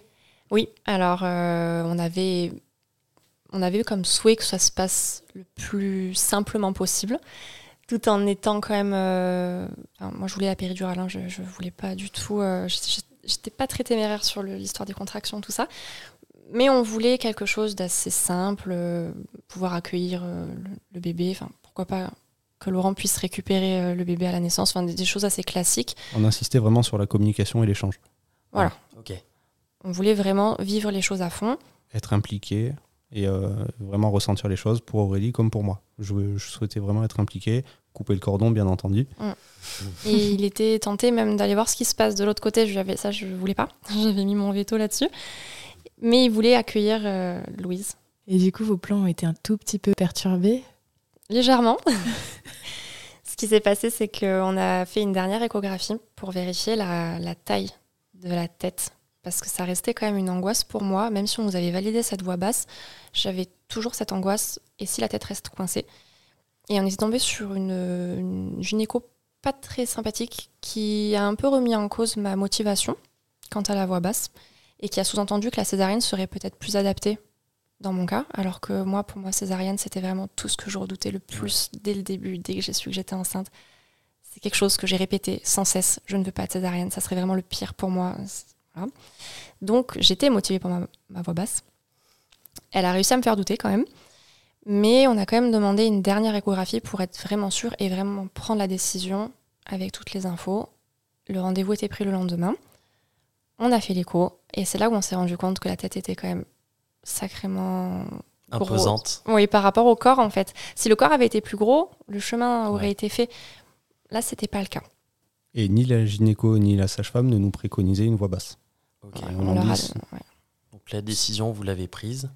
Oui, alors euh, on avait on avait comme souhait que ça se passe le plus simplement possible, tout en étant quand même. euh, enfin, moi, je voulais la péridurale, hein, je, je voulais pas du tout. euh, j'étais- J'étais pas très téméraire sur le- l'histoire des contractions, tout ça, mais on voulait quelque chose d'assez simple, euh, pouvoir accueillir euh, le, le bébé. Enfin, pourquoi pas que Laurent puisse récupérer euh, le bébé à la naissance. Enfin, des- des choses assez classiques.
On insistait vraiment sur la communication et l'échange.
Ok.
On voulait vraiment vivre les choses à fond.
Être impliqué et euh, vraiment ressentir les choses pour Aurélie comme pour moi. Je, je souhaitais vraiment être impliqué, couper le cordon, bien entendu.
Et il était tenté même d'aller voir ce qui se passe de l'autre côté. Je lui avais, ça, je voulais pas. J'avais mis mon veto là-dessus. Mais il voulait accueillir euh, Louise.
Et du coup, vos plans ont été un tout petit peu perturbés.
Légèrement. ce qui s'est passé, c'est qu'on a fait une dernière échographie pour vérifier la, la taille de la tête. Parce que ça restait quand même une angoisse pour moi. Même si on nous avait validé cette voix basse, j'avais toujours cette angoisse. Et si la tête reste coincée Et on est tombé sur une, une gynéco pas très sympathique qui a un peu remis en cause ma motivation quant à la voix basse et qui a sous-entendu que la césarienne serait peut-être plus adaptée dans mon cas, alors que moi, pour moi, césarienne, c'était vraiment tout ce que je redoutais le plus dès le début, dès que j'ai su que j'étais enceinte. C'est quelque chose que j'ai répété sans cesse. Je ne veux pas de césarienne, ça serait vraiment le pire pour moi. C'est- voilà. Donc, j'étais motivée par ma, ma voix basse. Elle a réussi à me faire douter quand même. Mais on a quand même demandé une dernière échographie pour être vraiment sûr et vraiment prendre la décision avec toutes les infos. Le rendez-vous était pris le lendemain. On a fait l'écho et c'est là où on s'est rendu compte que la tête était quand même sacrément Gros.
Imposante.
oui, par rapport au corps, en fait. Si le corps avait été plus gros, le chemin aurait
Ouais.
été fait. Là, c'était pas le cas.
Et ni la gynéco ni la sage-femme ne nous préconisaient une voix basse.
Ok.
Ouais. on en
leur a-
glisse.
ouais,
Donc la décision, vous l'avez prise.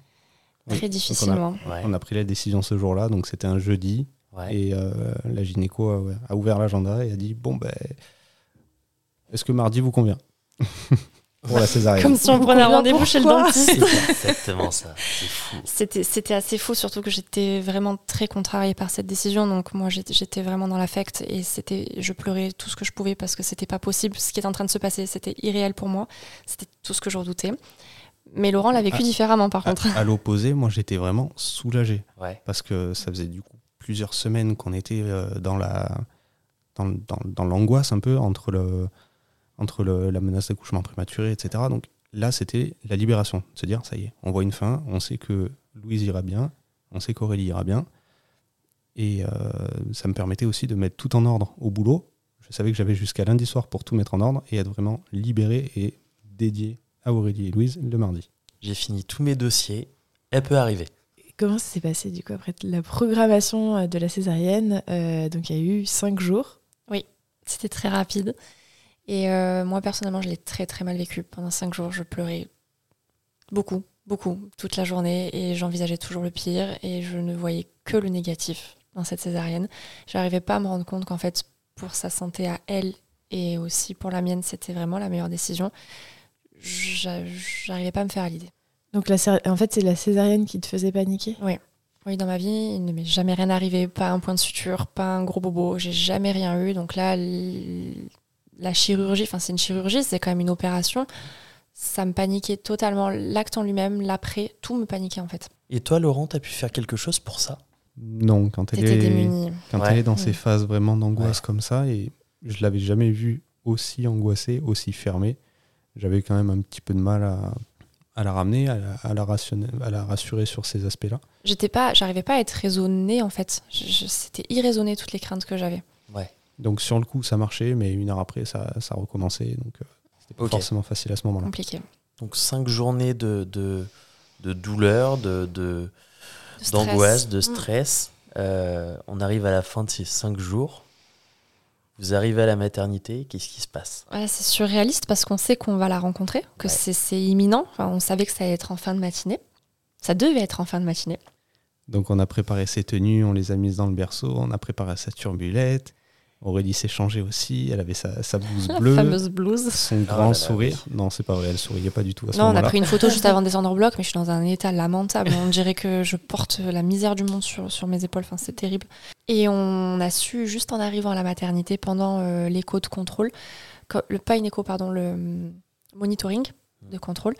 Oui,
Très difficilement.
Ouais.
On a pris la décision ce jour-là, donc c'était un jeudi.
ouais.
Et euh, la gynéco a, ouais, a ouvert l'agenda et a dit Bon, ben, est-ce que mardi vous convient Pour la césarienne.
Comme si on prenait un
Combien
rendez-vous chez le
pourquoi
dentiste.
C'est exactement ça. C'est fou.
C'était c'était assez fou, surtout que j'étais vraiment très contrariée par cette décision. Donc moi, j'étais- j'étais vraiment dans l'affect et c'était, je pleurais tout ce que je pouvais parce que c'était pas possible. Ce qui était en train de se passer, c'était irréel pour moi. C'était tout ce que je redoutais. Mais Laurent l'a vécu
Ah.
différemment, par
À,
contre.
à l'opposé, moi j'étais vraiment soulagé
Ouais.
parce que ça faisait du coup plusieurs semaines qu'on était euh, dans la dans, dans- dans l'angoisse un peu entre le entre le- la menace d'accouchement prématuré, etc. Donc là, c'était la libération, de se dire ça y est, on voit une fin, on sait que Louise ira bien, on sait qu'Aurélie ira bien, et euh, ça me permettait aussi de mettre tout en ordre au boulot. Je savais que j'avais jusqu'à lundi soir pour tout mettre en ordre et être vraiment libéré et dédié à Aurélie et Louise le mardi.
J'ai fini tous mes dossiers. elle peut arriver.
Comment ça s'est passé du coup après la programmation euh, de la césarienne euh, Donc il y a eu cinq jours.
C'était très rapide. Et euh, moi, personnellement, je l'ai très très mal vécu. Pendant cinq jours, je pleurais beaucoup, beaucoup, toute la journée. Et j'envisageais toujours le pire. Et je ne voyais que le négatif dans cette césarienne. J'arrivais pas à me rendre compte qu'en fait, pour sa santé à elle et aussi pour la mienne, c'était vraiment la meilleure décision. J'a- J'arrivais pas à me faire à l'idée.
Donc la cér- en fait, c'est la césarienne qui te faisait paniquer
Oui, dans ma vie, il ne m'est jamais rien arrivé, pas un point de suture, pas un gros bobo, j'ai jamais rien eu. Donc là, l- la chirurgie, enfin c'est une chirurgie, c'est quand même une opération. Ça me paniquait totalement, l'acte en lui-même, l'après, tout me paniquait en fait.
Et toi, Laurent, t'as pu faire quelque chose pour ça
Non, quand elle
T'étais
est,
démunie.
quand
Ouais.
elle est dans ces
Ouais.
phases vraiment d'angoisse
Ouais.
comme ça, et je l'avais jamais vue aussi angoissée, aussi fermée. J'avais quand même un petit peu de mal à, à la ramener, à, la- à la rationner- à la rassurer sur ces aspects-là.
J'étais pas, j'arrivais pas à être raisonnée en fait. Je- je- C'était irraisonné toutes les craintes que j'avais.
Donc sur le coup, ça marchait, mais une heure après, ça, ça recommençait. Donc euh, c'était pas
Ok.
forcément facile à ce moment-là.
Compliqué.
Donc cinq journées de, de, de douleur, de, de,
De stress.
d'angoisse, de
Mm.
stress. Euh, on arrive à la fin de ces cinq jours. Vous arrivez à la maternité, qu'est-ce qui se passe
Ouais, c'est surréaliste parce qu'on sait qu'on va la rencontrer, que
Ouais.
c'est- c'est imminent. Enfin, on savait que ça allait être en fin de matinée. Ça devait être en fin de matinée.
Donc on a préparé ses tenues, on les a mises dans le berceau, on a préparé sa turbulette. Aurélie s'est changée aussi, elle avait sa, sa blouse
La
bleue,
fameuse blouse.
son
Ah
grand
là là,
sourire. Non, c'est pas vrai, elle souriait pas du tout à ce
Non, on a
moment-là.
pris une photo juste avant de descendre au bloc, mais je suis dans un état lamentable. On dirait que je porte la misère du monde sur, sur mes épaules. Enfin, c'est terrible. Et on a su, juste en arrivant à la maternité, pendant euh, l'écho de contrôle, que- le, pas une écho, pardon, le hum, monitoring de contrôle,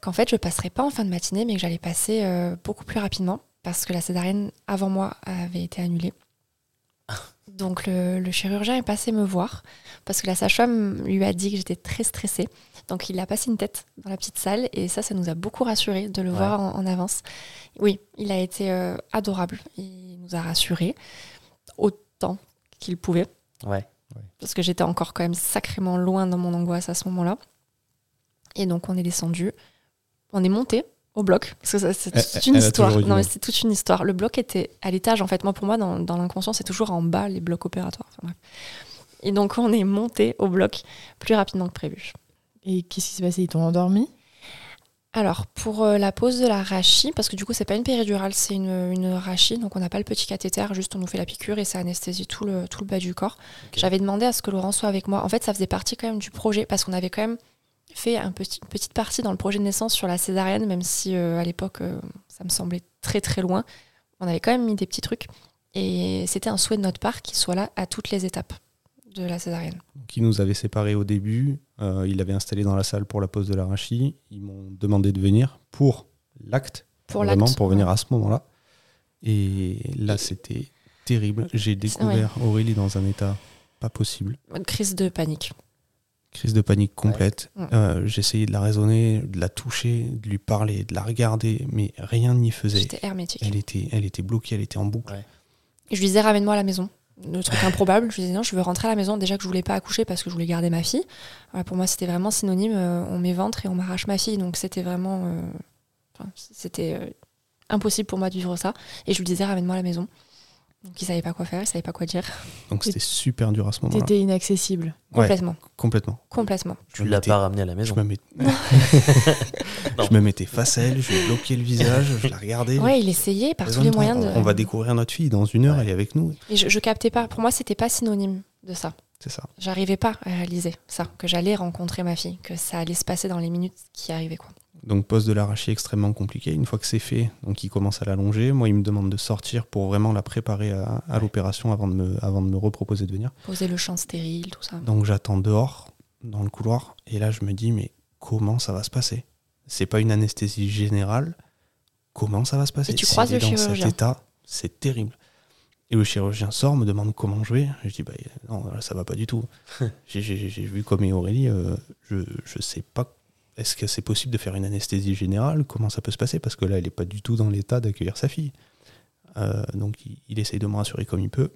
qu'en fait, je passerai pas en fin de matinée, mais que j'allais passer euh, beaucoup plus rapidement, parce que la césarienne avant moi avait été annulée. Donc le, le chirurgien est passé me voir parce que la sage-femme lui a dit que j'étais très stressée. Donc il a passé une tête dans la petite salle et ça, ça nous a beaucoup rassurés de le
Ouais.
voir en, en avance. Oui, il a été euh, adorable. Il nous a rassurés autant qu'il pouvait
Ouais.
parce que j'étais encore quand même sacrément loin dans mon angoisse à ce moment-là. Et donc on est descendu, on est monté au bloc, parce que ça, c'est
Elle-
toute une
elle a
histoire.
toujours eu du
Non mais
mal.
c'est toute une histoire. Le bloc était à l'étage en fait. Moi pour moi dans, dans l'inconscient c'est toujours en bas les blocs opératoires. Enfin, bref. Et donc on est monté au bloc plus rapidement que prévu.
Et qu'est-ce qui s'est passé Ils t'ont endormi
Alors, pour euh, la pose de la rachie, parce que du coup, c'est pas une péridurale, c'est une, une rachie, donc on n'a pas le petit cathéter, juste on nous fait la piqûre et ça anesthésie tout le, tout le bas du corps.
Ok.
J'avais demandé à ce que Laurent soit avec moi. En fait, ça faisait partie quand même du projet, parce qu'on avait quand même fait un petit, une petite partie dans le projet de naissance sur la césarienne, même si euh, à l'époque, euh, ça me semblait très très loin. On avait quand même mis des petits trucs et c'était un souhait de notre part qu'il soit là à toutes les étapes de la césarienne.
qui nous avait séparés au début. Euh, il l'avait installé dans la salle pour la pose de l'arachie. Ils m'ont demandé de venir pour l'acte,
Pour
vraiment
l'acte,
pour venir
ouais.
à ce moment-là. Et là, c'était terrible. J'ai découvert Aurélie dans un état pas possible,
Une crise de panique.
crise de panique complète.
Ouais.
Euh, J'essayais de la raisonner, de la toucher, de lui parler, de la regarder, mais rien n'y faisait.
J'étais hermétique.
Elle était, elle était bloquée, elle était en boucle.
Et je lui disais, ramène-moi à la maison. Le truc improbable. Je lui disais, non, je veux rentrer à la maison. Déjà que je voulais pas accoucher parce que je voulais garder ma fille. Voilà, pour moi, c'était vraiment synonyme. euh, on m'éventre et on m'arrache ma fille. Donc, c'était vraiment. euh, enfin, c'était euh, impossible pour moi de vivre ça. Et je lui disais, ramène-moi à la maison. Donc, il savait pas quoi faire, il savait pas quoi dire.
Donc c'était super dur à ce moment-là.
T'étais inaccessible.
Ouais,
Complètement.
complètement.
Complètement.
Tu
Je
l'as
m'étais-
pas ramené à la
Je
maison.
me, met- je me mettais face à elle, je bloquais le visage, je la regardais.
Ouais, il essayait par tous
Raisonne
les
pas,
moyens de.
On va découvrir notre fille dans une heure,
Ouais.
elle est avec nous.
Mais je, je captais pas. Pour moi, c'était pas synonyme de ça.
C'est ça.
J'arrivais pas à réaliser ça, que j'allais rencontrer ma fille, que ça allait se passer dans les minutes qui arrivaient, quoi.
Donc poste de l'arraché extrêmement compliqué. Une fois que c'est fait, donc il commence à l'allonger. Moi, il me demande de sortir pour vraiment la préparer à, à l'opération avant de me, avant de me reproposer de venir.
Poser le champ stérile, tout ça.
Donc j'attends dehors, dans le couloir, et là je me dis mais comment ça va se passer C'est pas une anesthésie générale. Comment ça va se passer
Et tu
Si
croises
elle est
le
dans
chirurgien.
cet état, c'est terrible. Et le chirurgien sort, me demande comment je vais. Je dis bah non, ça va pas du tout. J'ai- J'ai j'ai vu comme est Aurélie, euh, je je sais pas. Est-ce que c'est possible de faire une anesthésie générale Comment ça peut se passer Parce que là, elle est pas du tout dans l'état d'accueillir sa fille. Euh, donc, il, il essaye de me rassurer comme il peut.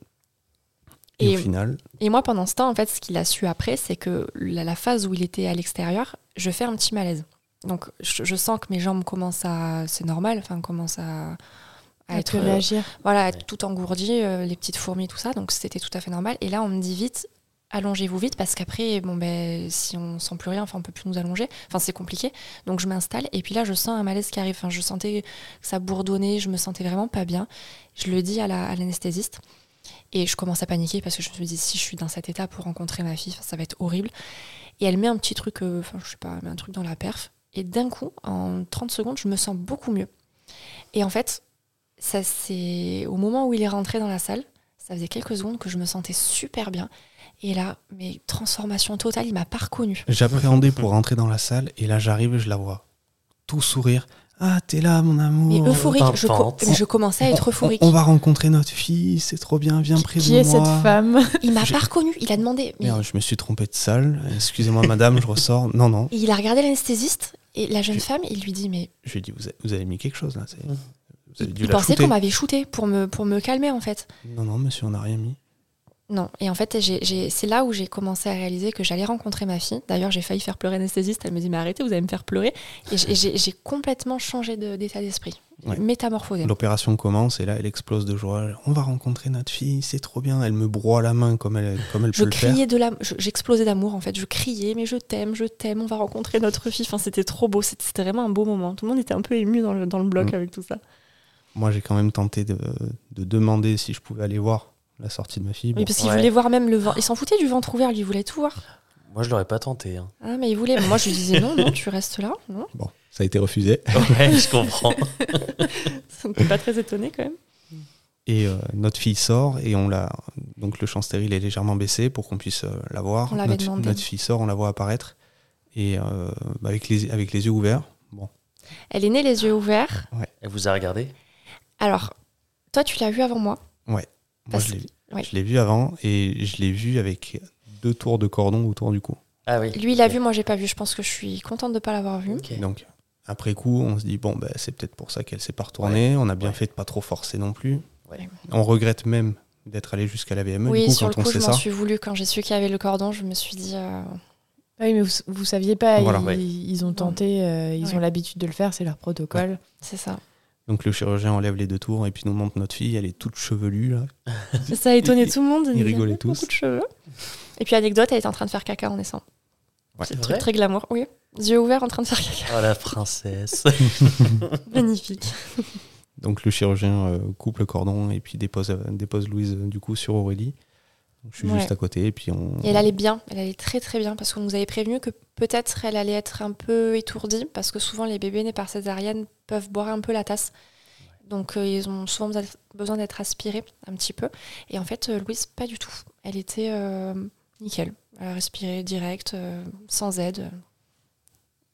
Et,
Et-
au final,
Et moi, pendant ce temps, en fait, ce qu'il a su après, c'est que la, la phase où il était à l'extérieur, je fais un petit malaise. Donc je, je sens que mes jambes commencent à, c'est normal, enfin commencent à, à
à
être,
te réagir.
voilà, être
Ouais.
tout engourdi, euh, les petites fourmis, tout ça. Donc c'était tout à fait normal. Et là, on me dit vite, allongez-vous vite, parce qu'après, bon ben, si on sent plus rien, enfin on peut plus nous allonger. Enfin c'est compliqué. Donc je m'installe et puis là, je sens un malaise qui arrive. Enfin, je sentais que ça bourdonnait, je me sentais vraiment pas bien. Je le dis à la- à l'anesthésiste. et je commence à paniquer parce que je me dis si je suis dans cet état pour rencontrer ma fille, enfin, ça va être horrible. Et elle met un petit truc, euh, enfin je sais pas, elle met un truc dans la perf. Et d'un coup, en 30 secondes, je me sens beaucoup mieux. Et en fait, ça c'est au moment où il est rentré dans la salle, ça faisait quelques secondes que je me sentais super bien. Et là, mais transformation totale, il m'a pas reconnue.
J'appréhendais pour rentrer dans la salle et là j'arrive, je la vois. Tout sourire. Ah, t'es là, mon amour.
Mais euphorique, je, co-
pimpante.
mais je commençais à être
On-
euphorique.
On, on va rencontrer notre fille, c'est trop bien, viens près
Qui
de
est
moi.
cette femme
Il m'a
J'ai-
pas reconnue, il a demandé. mais-
Merde, je me suis trompé de salle. Excusez-moi, madame, je ressors. Non, non.
Et il a regardé l'anesthésiste et la jeune femme, il lui dit mais
Je lui ai dit, vous avez, vous avez mis quelque chose là. c'est-
Mm.
Vous avez dû
il
la
pensait
shooter.
qu'on m'avait shooté pour me pour me calmer en fait.
Non, non, monsieur, on n'a rien mis.
Non, et en fait, j'ai- j'ai- c'est là où j'ai commencé à réaliser que j'allais rencontrer ma fille. D'ailleurs, j'ai failli faire pleurer l'anesthésiste. Elle me dit, mais arrêtez, vous allez me faire pleurer. Et j'ai- j'ai j'ai complètement changé de- d'état d'esprit,
Ouais.
métamorphosé.
L'opération commence et là, elle explose de joie. On va rencontrer notre fille, c'est trop bien. Elle me broie la main comme elle, comme elle
Je
peut le faire.
criais de la, je- j'explosais d'amour en fait. Je criais, mais je t'aime, je t'aime. On va rencontrer notre fille. Enfin, c'était trop beau. C'était c'était vraiment un beau moment. Tout le monde était un peu ému dans le, dans le bloc
Mm.
avec tout ça.
Moi, j'ai quand même tenté de, de demander si je pouvais aller voir la sortie de ma fille.
Oui,
Bon,
parce qu'il
ouais.
voulait voir même le ventre. Il s'en foutait du ventre ouvert. Lui, il voulait tout voir.
Moi, je l'aurais pas tenté. hein.
Ah, mais il voulait. Moi, je lui disais non, non, tu restes là. Non,
bon, ça a été refusé.
Ouais, je comprends.
t'es pas très étonné quand même.
Et euh, notre fille sort et on la. Donc le champ stérile est légèrement baissé pour qu'on puisse euh, la voir.
On l'avait
notre,
demandé.
notre fille sort, on la voit apparaître. Et euh, bah, avec, les, avec les yeux ouverts. Bon,
Elle est née les yeux ouverts.
Elle vous a regardé
Alors, toi, tu l'as vu avant moi.
moi
Parce
je l'ai,
que- ouais.
je l'ai vu avant et je l'ai vu avec deux tours de cordon autour du cou.
Ah oui.
Lui, il l'a vu, moi, j'ai pas vu. Je pense que je suis contente de ne pas l'avoir vu.
Ok.
Donc après coup, on se dit bon, bah, c'est peut-être pour ça qu'elle s'est pas retournée. On a bien
Ouais.
fait de pas trop forcer non plus.
Ouais.
On regrette même d'être allé jusqu'à la VME
oui,
du coup
sur
quand
le
on
coup, je
sait
m'en
ça.
suis voulu. Quand j'ai su qu'il y avait le cordon, je me suis dit. euh,
Ah Oui, mais vous, vous saviez pas,
Voilà.
ils,
Ouais.
ils ont tenté, euh, ils
Ouais.
ont l'habitude de le faire, c'est leur protocole.
C'est ça.
Donc le chirurgien enlève les deux tours et puis nous montre notre fille. Elle est toute chevelue là.
Ça a étonné
Ils-
tout le monde.
ils
nous disaient,
rigolaient
Ah,
tous.
Beaucoup de cheveux. Et puis, anecdote, elle était en train de faire caca en naissant.
Ouais.
C'est
Truc
vrai
très glamour, oui. Yeux ouverts en train de faire caca.
Ah, la princesse.
Magnifique.
Donc le chirurgien euh, coupe le cordon et puis dépose, euh, dépose Louise euh, du coup sur Aurélie. Donc, je suis
Ouais.
juste à côté et puis on.
Et elle allait bien, elle allait très très bien parce qu'on nous avait prévenu que peut-être elle allait être un peu étourdie parce que souvent les bébés nés par césarienne peuvent boire un peu la tasse. Donc euh, ils ont souvent besoin- besoin d'être aspirés un petit peu. Et en fait, euh, Louise, pas du tout. Elle était euh, nickel. Elle a respiré direct, euh, sans aide.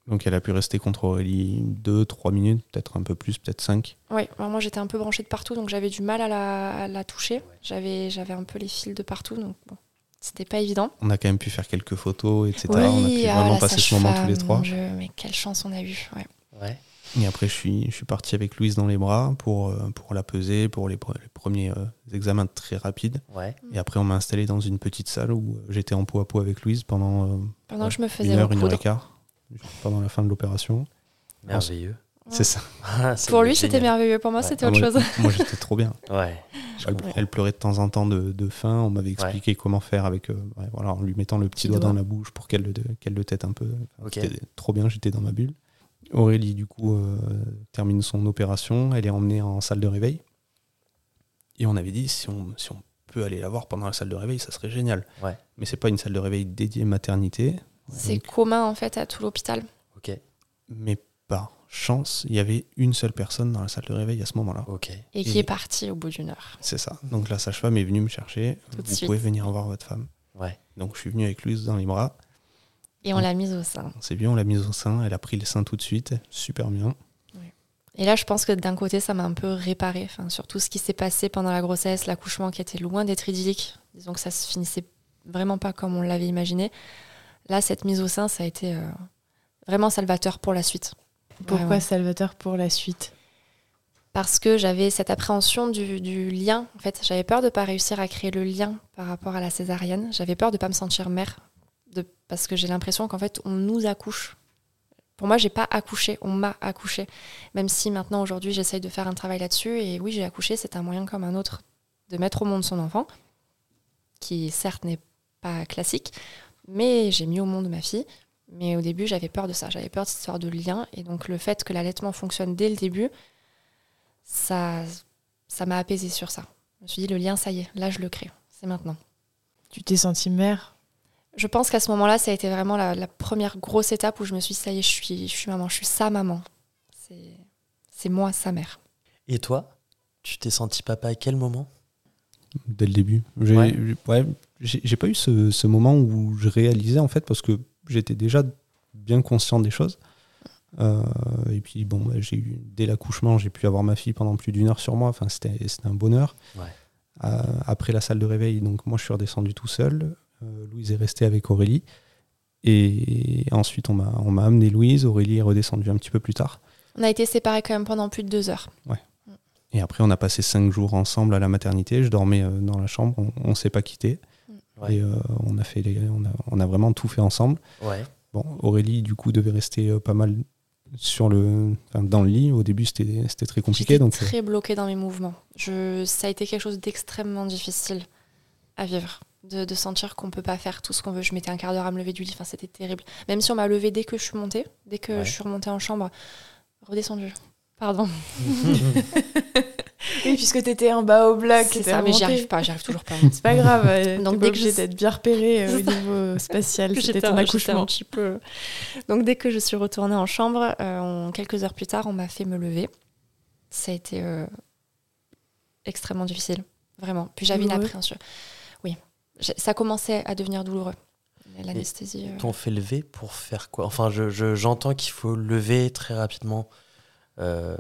Donc elle a pu rester contre Aurélie 2-3 minutes, peut-être un peu plus, peut-être 5.
Oui, moi j'étais un peu branchée de partout, donc j'avais du mal à la, à la toucher. J'avais j'avais un peu les fils de partout, donc bon, c'était pas évident. ah
On a quand même pu faire quelques photos, etc. on a pu vraiment
la
passer ce moment tous
sage-femme,
les trois.
mon Dieu, mais quelle chance on a eu. ouais.
Ouais.
Et après je suis, je suis parti avec Louise dans les bras pour, euh, pour la peser, pour les, pre- les premiers euh, examens très rapides.
Ouais.
Mm.
Et après on m'a installé dans une petite salle où euh, j'étais en peau à peau avec Louise pendant euh,
Pendant que je me faisais
une heure, une heure
recoudre.
et quart, pendant la fin de l'opération.
Mm.
Merveilleux.
Ouais.
C'est ça.
Ah, c'est
Pour lui, c'était
génial.
merveilleux. Pour moi,
Ouais.
c'était
Ah,
autre
moi-
chose.
moi j'étais trop bien.
Ouais. Je
Elle,
comprends.
elle pleurait de temps en temps de, de faim. On m'avait expliqué comment faire avec, euh, ouais, voilà, en lui mettant le petit
Petit
doigt,
doigt.
dans la bouche pour qu'elle le, qu'elle le tête un peu. Enfin,
Ok.
C'était trop bien, j'étais dans ma bulle. Aurélie, du coup, euh, termine son opération. Elle est emmenée en salle de réveil. Et on avait dit, si on, si on peut aller la voir pendant la salle de réveil, ça serait génial.
Ouais.
Mais c'est pas une salle de réveil dédiée maternité.
C'est
Donc,
commun en fait à tout l'hôpital.
Ok.
mais par chance, il y avait une seule personne dans la salle de réveil à ce moment-là.
Ok.
Et
Et-
qui est parti au bout d'une heure.
C'est ça. Donc la sage-femme est venue me chercher.
Tout de
Vous
suite.
pouvez venir voir votre femme.
Ouais.
Donc je suis venu avec Luz dans les bras.
Et
Mm.
on l'a mise au sein.
On s'est vu, on l'a mise au sein. Elle a pris le sein tout de suite. Super bien.
Et là, je pense que d'un côté, ça m'a un peu réparé. Enfin, sur tout ce qui s'est passé pendant la grossesse, l'accouchement qui était loin d'être idyllique. Disons que ça se finissait vraiment pas comme on l'avait imaginé. Là, cette mise au sein, ça a été euh, vraiment salvateur pour la suite.
Pourquoi
Vraiment.
Salvateur pour la suite
parce que j'avais cette appréhension du, du lien. En fait, j'avais peur de pas réussir à créer le lien par rapport à la césarienne. J'avais peur de pas me sentir mère, de, parce que j'ai l'impression qu'en fait, on nous accouche. Pour moi, j'ai pas accouché, on m'a accouché. Même si maintenant, aujourd'hui, j'essaye de faire un travail là-dessus. Et oui, j'ai accouché, c'est un moyen comme un autre de mettre au monde son enfant, qui certes n'est pas classique, mais j'ai mis au monde ma fille. Mais au début, j'avais peur de ça. J'avais peur de cette histoire de lien. Et donc, le fait que l'allaitement fonctionne dès le début, ça ça m'a apaisée sur ça. Je me suis dit, le lien, ça y est, là, je le crée. C'est maintenant.
Tu t'es sentie mère
Je pense qu'à ce moment-là, ça a été vraiment la, la première grosse étape où je me suis dit, ça y est, je suis, je suis maman, je suis sa maman. C'est- C'est moi, sa mère.
Et toi, tu t'es senti papa à quel moment
dès le début. J'ai
Ouais.
j'ai- ouais, j'ai- j'ai pas eu ce, ce moment où je réalisais, en fait, parce que j'étais déjà bien conscient des choses. Euh, et puis, bon, bah, j'ai eu, dès l'accouchement, j'ai pu avoir ma fille pendant plus d'une heure sur moi. Enfin, c'était c'était un bonheur.
Ouais.
Euh, après la salle de réveil, donc moi, je suis redescendu tout seul. Euh, Louise est restée avec Aurélie. Et ensuite, on m'a on m'a amené Louise. Aurélie est redescendue un petit peu plus tard.
On a été séparés quand même pendant plus de deux heures.
Et après, on a passé cinq jours ensemble à la maternité. Je dormais euh, dans la chambre. On, on s'est pas quitté.
Mm.
Ouais.
Et euh, on a fait, les- on a, on a vraiment tout fait ensemble.
Ouais.
Bon, Aurélie, du coup, devait rester euh, pas mal sur le, enfin, dans le lit. Au début, c'était c'était très compliqué.
J'étais
Donc, euh,
très bloquée dans mes mouvements. Je, ça a été quelque chose d'extrêmement difficile à vivre. De, de sentir qu'on peut pas faire tout ce qu'on veut. Je mettais un quart d'heure à me lever du lit, enfin, c'était terrible. Même si on m'a levé dès que je suis montée, dès que
Ouais.
je suis remontée en chambre, redescendue. Pardon.
Oui, puisque t'étais en bas au bloc.
C'est
t'étais
ça, mais j'y
remontée.
arrive pas, j'y arrive toujours pas.
C'est pas grave, euh,
Donc,
t'es
dès
pas
que
obligé
je-
d'être bien repéré euh, au
C'est ça.
niveau spatial.
que
C'était
j'étais
ton
un- j'étais un
accouchement.
petit peu- Donc dès que je suis retournée en chambre, euh, on- quelques heures plus tard, on m'a fait me lever. Ça a été euh, extrêmement difficile, vraiment. Puis j'avais une
Douloureux.
appréhension. Oui, J'ai- ça commençait à devenir douloureux. L'anesthésie. euh,
T'ont fait lever pour faire quoi Enfin, je- je- j'entends qu'il faut lever très rapidement. euh,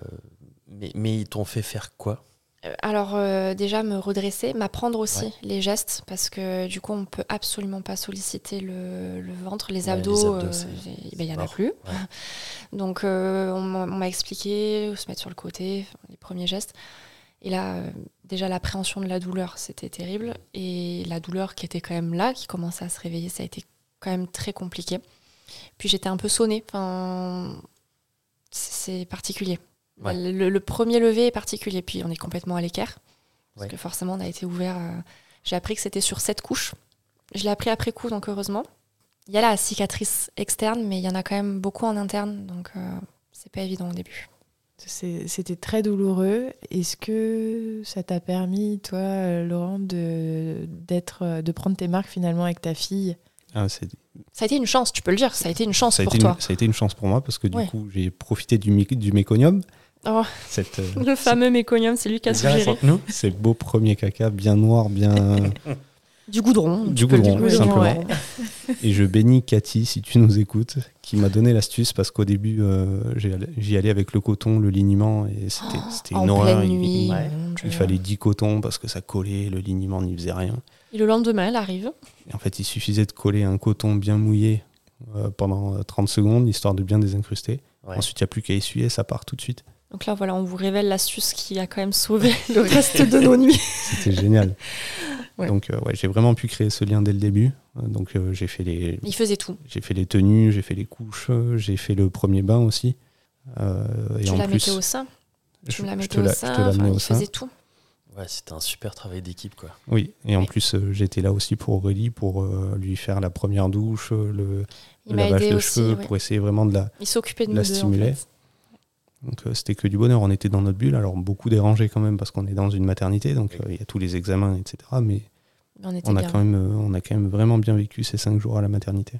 mais, mais ils t'ont fait faire quoi
Euh, Alors euh, déjà me redresser, m'apprendre aussi les gestes parce que du coup on peut absolument pas solliciter le, le ventre, les
Ouais,
abdos,
les abdos,
euh,
c'est-
il ben, y en a
mort.
plus.
Ouais.
Donc euh, on m'a on m'a expliqué se mettre sur le côté, les premiers gestes. Et là euh, déjà l'appréhension de la douleur c'était terrible et la douleur qui était quand même là, qui commençait à se réveiller, ça a été quand même très compliqué. Puis j'étais un peu sonnée. Enfin, c'est c'est particulier.
Ouais.
Le, le premier lever est particulier. Puis on est complètement à l'écart. Parce
Ouais.
que forcément, on a été ouvert. euh, J'ai appris que c'était sur sept couches. Je l'ai appris après coup, donc heureusement. Il y a la cicatrice externe, mais il y en a quand même beaucoup en interne. Donc euh, c'est pas évident au début.
C'est- C'était très douloureux. Est-ce que ça t'a permis, toi, euh, Laurent, de, d'être, euh, de prendre tes marques finalement avec ta fille
ah, c'est-
Ça a été une chance, tu peux le dire. Ça a été une chance
ça, a
pour
été une,
toi.
ça a été une chance pour moi parce que du
Ouais.
coup, j'ai profité du, mi- du méconium.
Oh.
Cette, euh,
Le fameux méconium, c'est lui qui a
Viens,
suggéré.
raconte-nous.
ces beaux premiers caca bien noirs, bien
Du goudron.
du
tu peux le
goudron,
dire.
goudron,
simplement.
ouais.
Et je bénis Cathy, si tu nous écoutes, qui m'a donné l'astuce parce qu'au début, euh, j'y allais- j'y allais avec le coton, le liniment, et c'était c'était
En
une horreur.
pleine
hein, Il-
nuit.
il-
ouais.
mon Dieu.
Il fallait 10 cotons parce que ça collait, le liniment n'y faisait rien.
Et le lendemain, elle arrive.
Et en fait, il suffisait de coller un coton bien mouillé euh, pendant euh, 30 secondes, histoire de bien désincruster.
Ouais.
Ensuite, il n'y a plus qu'à essuyer, ça part tout de suite.
Donc là, voilà, on vous révèle l'astuce qui a quand même sauvé le reste de nos nuits.
C'était génial.
Ouais.
Donc, euh, ouais, j'ai vraiment pu créer ce lien dès le début. Euh, Donc, euh, j'ai fait, les,
Il faisait tout.
j'ai fait les tenues, j'ai fait les couches, euh, j'ai fait le premier bain aussi. Euh, et
tu
en
la
plus,
mettais au sein.
je-
Tu me la
je
mettais
te
au
la- je te
sein.
l'amenais
enfin,
au
il
sein.
faisait tout.
Ouais, c'était un super travail d'équipe, quoi.
Oui, et en
Oui.
plus, euh, j'étais là aussi pour Aurélie, pour euh, lui faire la première douche, euh, le, le
Il m'a
lavage
aidé
de
aussi.
cheveux,
ouais.
pour essayer vraiment de la,
Il s'occupait de
la
nous deux. En
stimuler.
fait.
Donc euh, c'était que du bonheur, on était dans notre bulle, alors beaucoup dérangé quand même parce qu'on est dans une maternité, donc euh, il y a tous les examens, etc. Mais
Mais on était
on a,
bien.
quand même, euh, on a quand même vraiment bien vécu ces cinq jours à la maternité.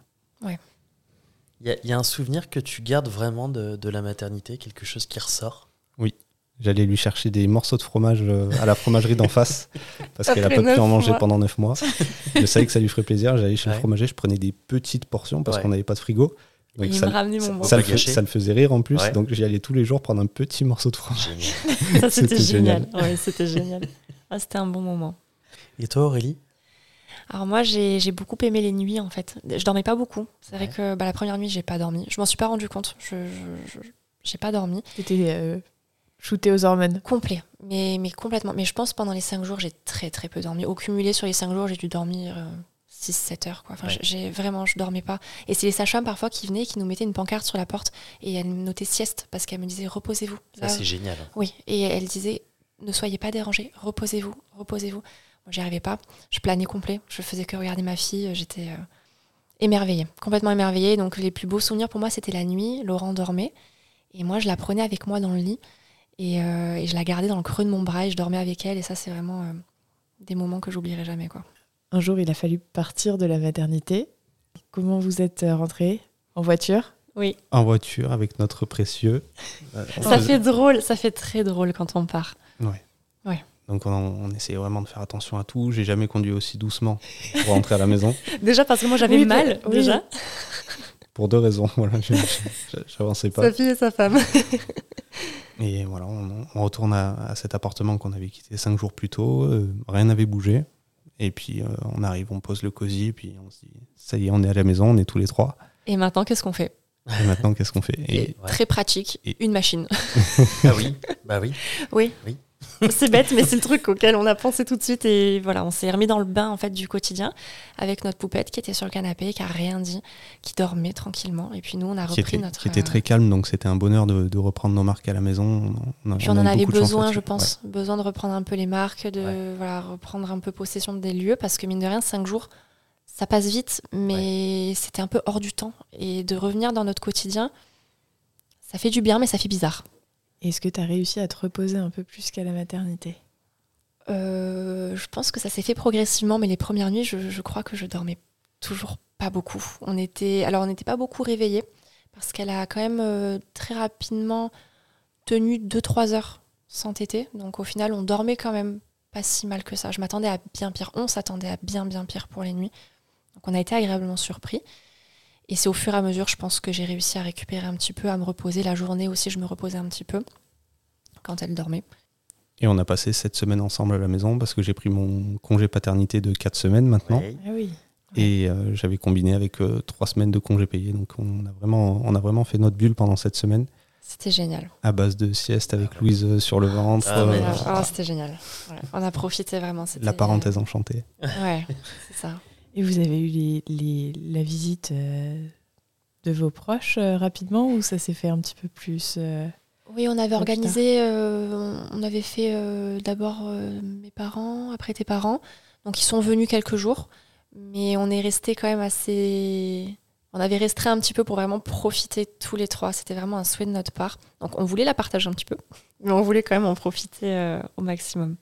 Il y, a- y a un souvenir que tu gardes vraiment de, de la maternité, quelque chose qui ressort.
J'allais lui chercher des morceaux de fromage euh, à la fromagerie d'en face parce qu'elle a
Après
pas pu
neuf
en manger
mois.
pendant neuf mois. Je savais que ça lui ferait plaisir, j'allais chez
Ouais.
le fromager, je prenais des petites portions parce
Ouais.
qu'on n'avait pas de frigo. Donc
il
ça,
me ramenait mon
ça-
bon.
ça
Faut
le,
pas
fais-
gâcher.
ça le faisait rire en plus,
Ouais.
donc j'y allais tous les jours prendre un petit morceau de fromage.
Génial.
c'était
Ça, c'était génial.
génial.
Ouais, c'était génial. Ah, c'était un bon moment.
Et toi, Aurélie
Alors moi, j'ai j'ai beaucoup aimé les nuits en fait. Je dormais pas beaucoup. C'est vrai
Ouais.
que bah, la première nuit, j'ai pas dormi. Je m'en suis pas rendu compte. Je je- je- j'ai pas dormi.
T'étais euh, shootée aux hormones.
Complet, mais, mais complètement. Mais je pense que pendant les 5 jours, j'ai très très peu dormi. Au cumulé sur les 5 jours, j'ai dû dormir 6, 7 heures. Quoi. Enfin,
Ouais.
j'ai vraiment, je dormais pas. Et c'est les sages-femmes parfois qui venaient, qui nous mettaient une pancarte sur la porte et elles notaient sieste parce qu'elles me disaient reposez-vous.
Ça,
Là,
c'est génial. hein.
oui, et elle disait ne soyez pas dérangés, reposez-vous, reposez-vous. Moi, j'y arrivais pas. Je planais complet. Je faisais que regarder ma fille. J'étais euh, émerveillée, complètement émerveillée. Donc, les plus beaux souvenirs pour moi, c'était la nuit. Laurent dormait. Et moi, je la prenais avec moi dans le lit. Et, euh, et je la gardais dans le creux de mon bras. Et je dormais avec elle. Et ça, c'est vraiment euh, des moments que j'oublierai jamais. Quoi.
Un jour, il a fallu partir de la maternité. Comment vous êtes rentré En voiture
Oui,
En voiture avec notre précieux. Euh, on
ça
faisait-
fait drôle. Ça fait très drôle quand on part.
Donc on, on essayait vraiment de faire attention à tout. J'ai jamais conduit aussi doucement pour rentrer à la maison.
Déjà parce que moi, j'avais
Oui,
mal.
oui.
Déjà.
Pour deux raisons. Voilà, je- je- j'avançais pas.
fille et sa femme.
Et voilà, on, on retourne à, à cet appartement qu'on avait quitté cinq jours plus tôt. euh, rien n'avait bougé. Et puis euh, on arrive, on pose le cosy, puis on se dit ça y est, on est à la maison, on est tous les trois.
Et maintenant, qu'est-ce qu'on fait
Et maintenant, qu'est-ce qu'on fait Et
Et Très pratique,
Et-
une machine.
Ah oui, bah oui.
Oui.
Oui.
c'est bête, mais c'est le truc auquel on a pensé tout de suite. Et voilà, on s'est remis dans le bain en fait du quotidien avec notre poupette qui était sur le canapé, qui a rien dit, qui dormait tranquillement. Et puis nous, on a
qui
repris
était,
notre.
qui était
euh,
très calme, donc c'était un bonheur de, de reprendre nos marques à la maison. On, a-
Puis
on
on,
a
en
eu
avait
beaucoup de chance
besoin,
là-dessus.
je pense. Besoin de reprendre un peu les marques, de
Ouais.
voilà, reprendre un peu possession des lieux, parce que mine de rien, cinq jours, ça passe vite, mais c'était un peu hors du temps. Et de revenir dans notre quotidien, ça fait du bien, mais ça fait bizarre.
Est-ce que tu as réussi à te reposer un peu plus qu'à la maternité
Euh, je pense que ça s'est fait progressivement, mais les premières nuits, je, je crois que je dormais toujours pas beaucoup. On était, alors on n'était pas beaucoup réveillés parce qu'elle a quand même euh, très rapidement tenu 2-3 heures sans téter. Donc au final, on dormait quand même pas si mal que ça. Je m'attendais à bien pire. On s'attendait à bien bien pire pour les nuits. Donc on a été agréablement surpris. Et c'est au fur et à mesure, je pense que j'ai réussi à récupérer un petit peu, à me reposer. La journée aussi, je me reposais un petit peu quand elle dormait.
Et on a passé cette semaine ensemble à la maison parce que j'ai pris mon congé paternité de 4 semaines maintenant.
Ouais.
Ah oui.
Et euh, j'avais combiné avec 3 semaines de congé payé. Donc on a, vraiment, on a vraiment fait notre bulle pendant cette semaine
C'était génial.
à base de sieste avec Louise euh, sur le ventre.
Ah, mais-
euh,
Ah, ah, c'était génial. Ouais, On a profité vraiment. c'était- euh,
la parenthèse enchantée.
Ouais, c'est ça.
Et vous avez eu les- les- la visite euh, de vos proches euh, rapidement ou ça s'est fait un petit peu plus euh,
Oui, on avait
Oh, putain.
organisé, euh, on on avait fait euh, d'abord euh, mes parents, après tes parents. Donc ils sont venus quelques jours, mais on est resté quand même assez. On avait restreint un petit peu pour vraiment profiter tous les trois. C'était vraiment un souhait de notre part. Donc on voulait la partager un petit peu, mais on voulait quand même en profiter euh, au maximum.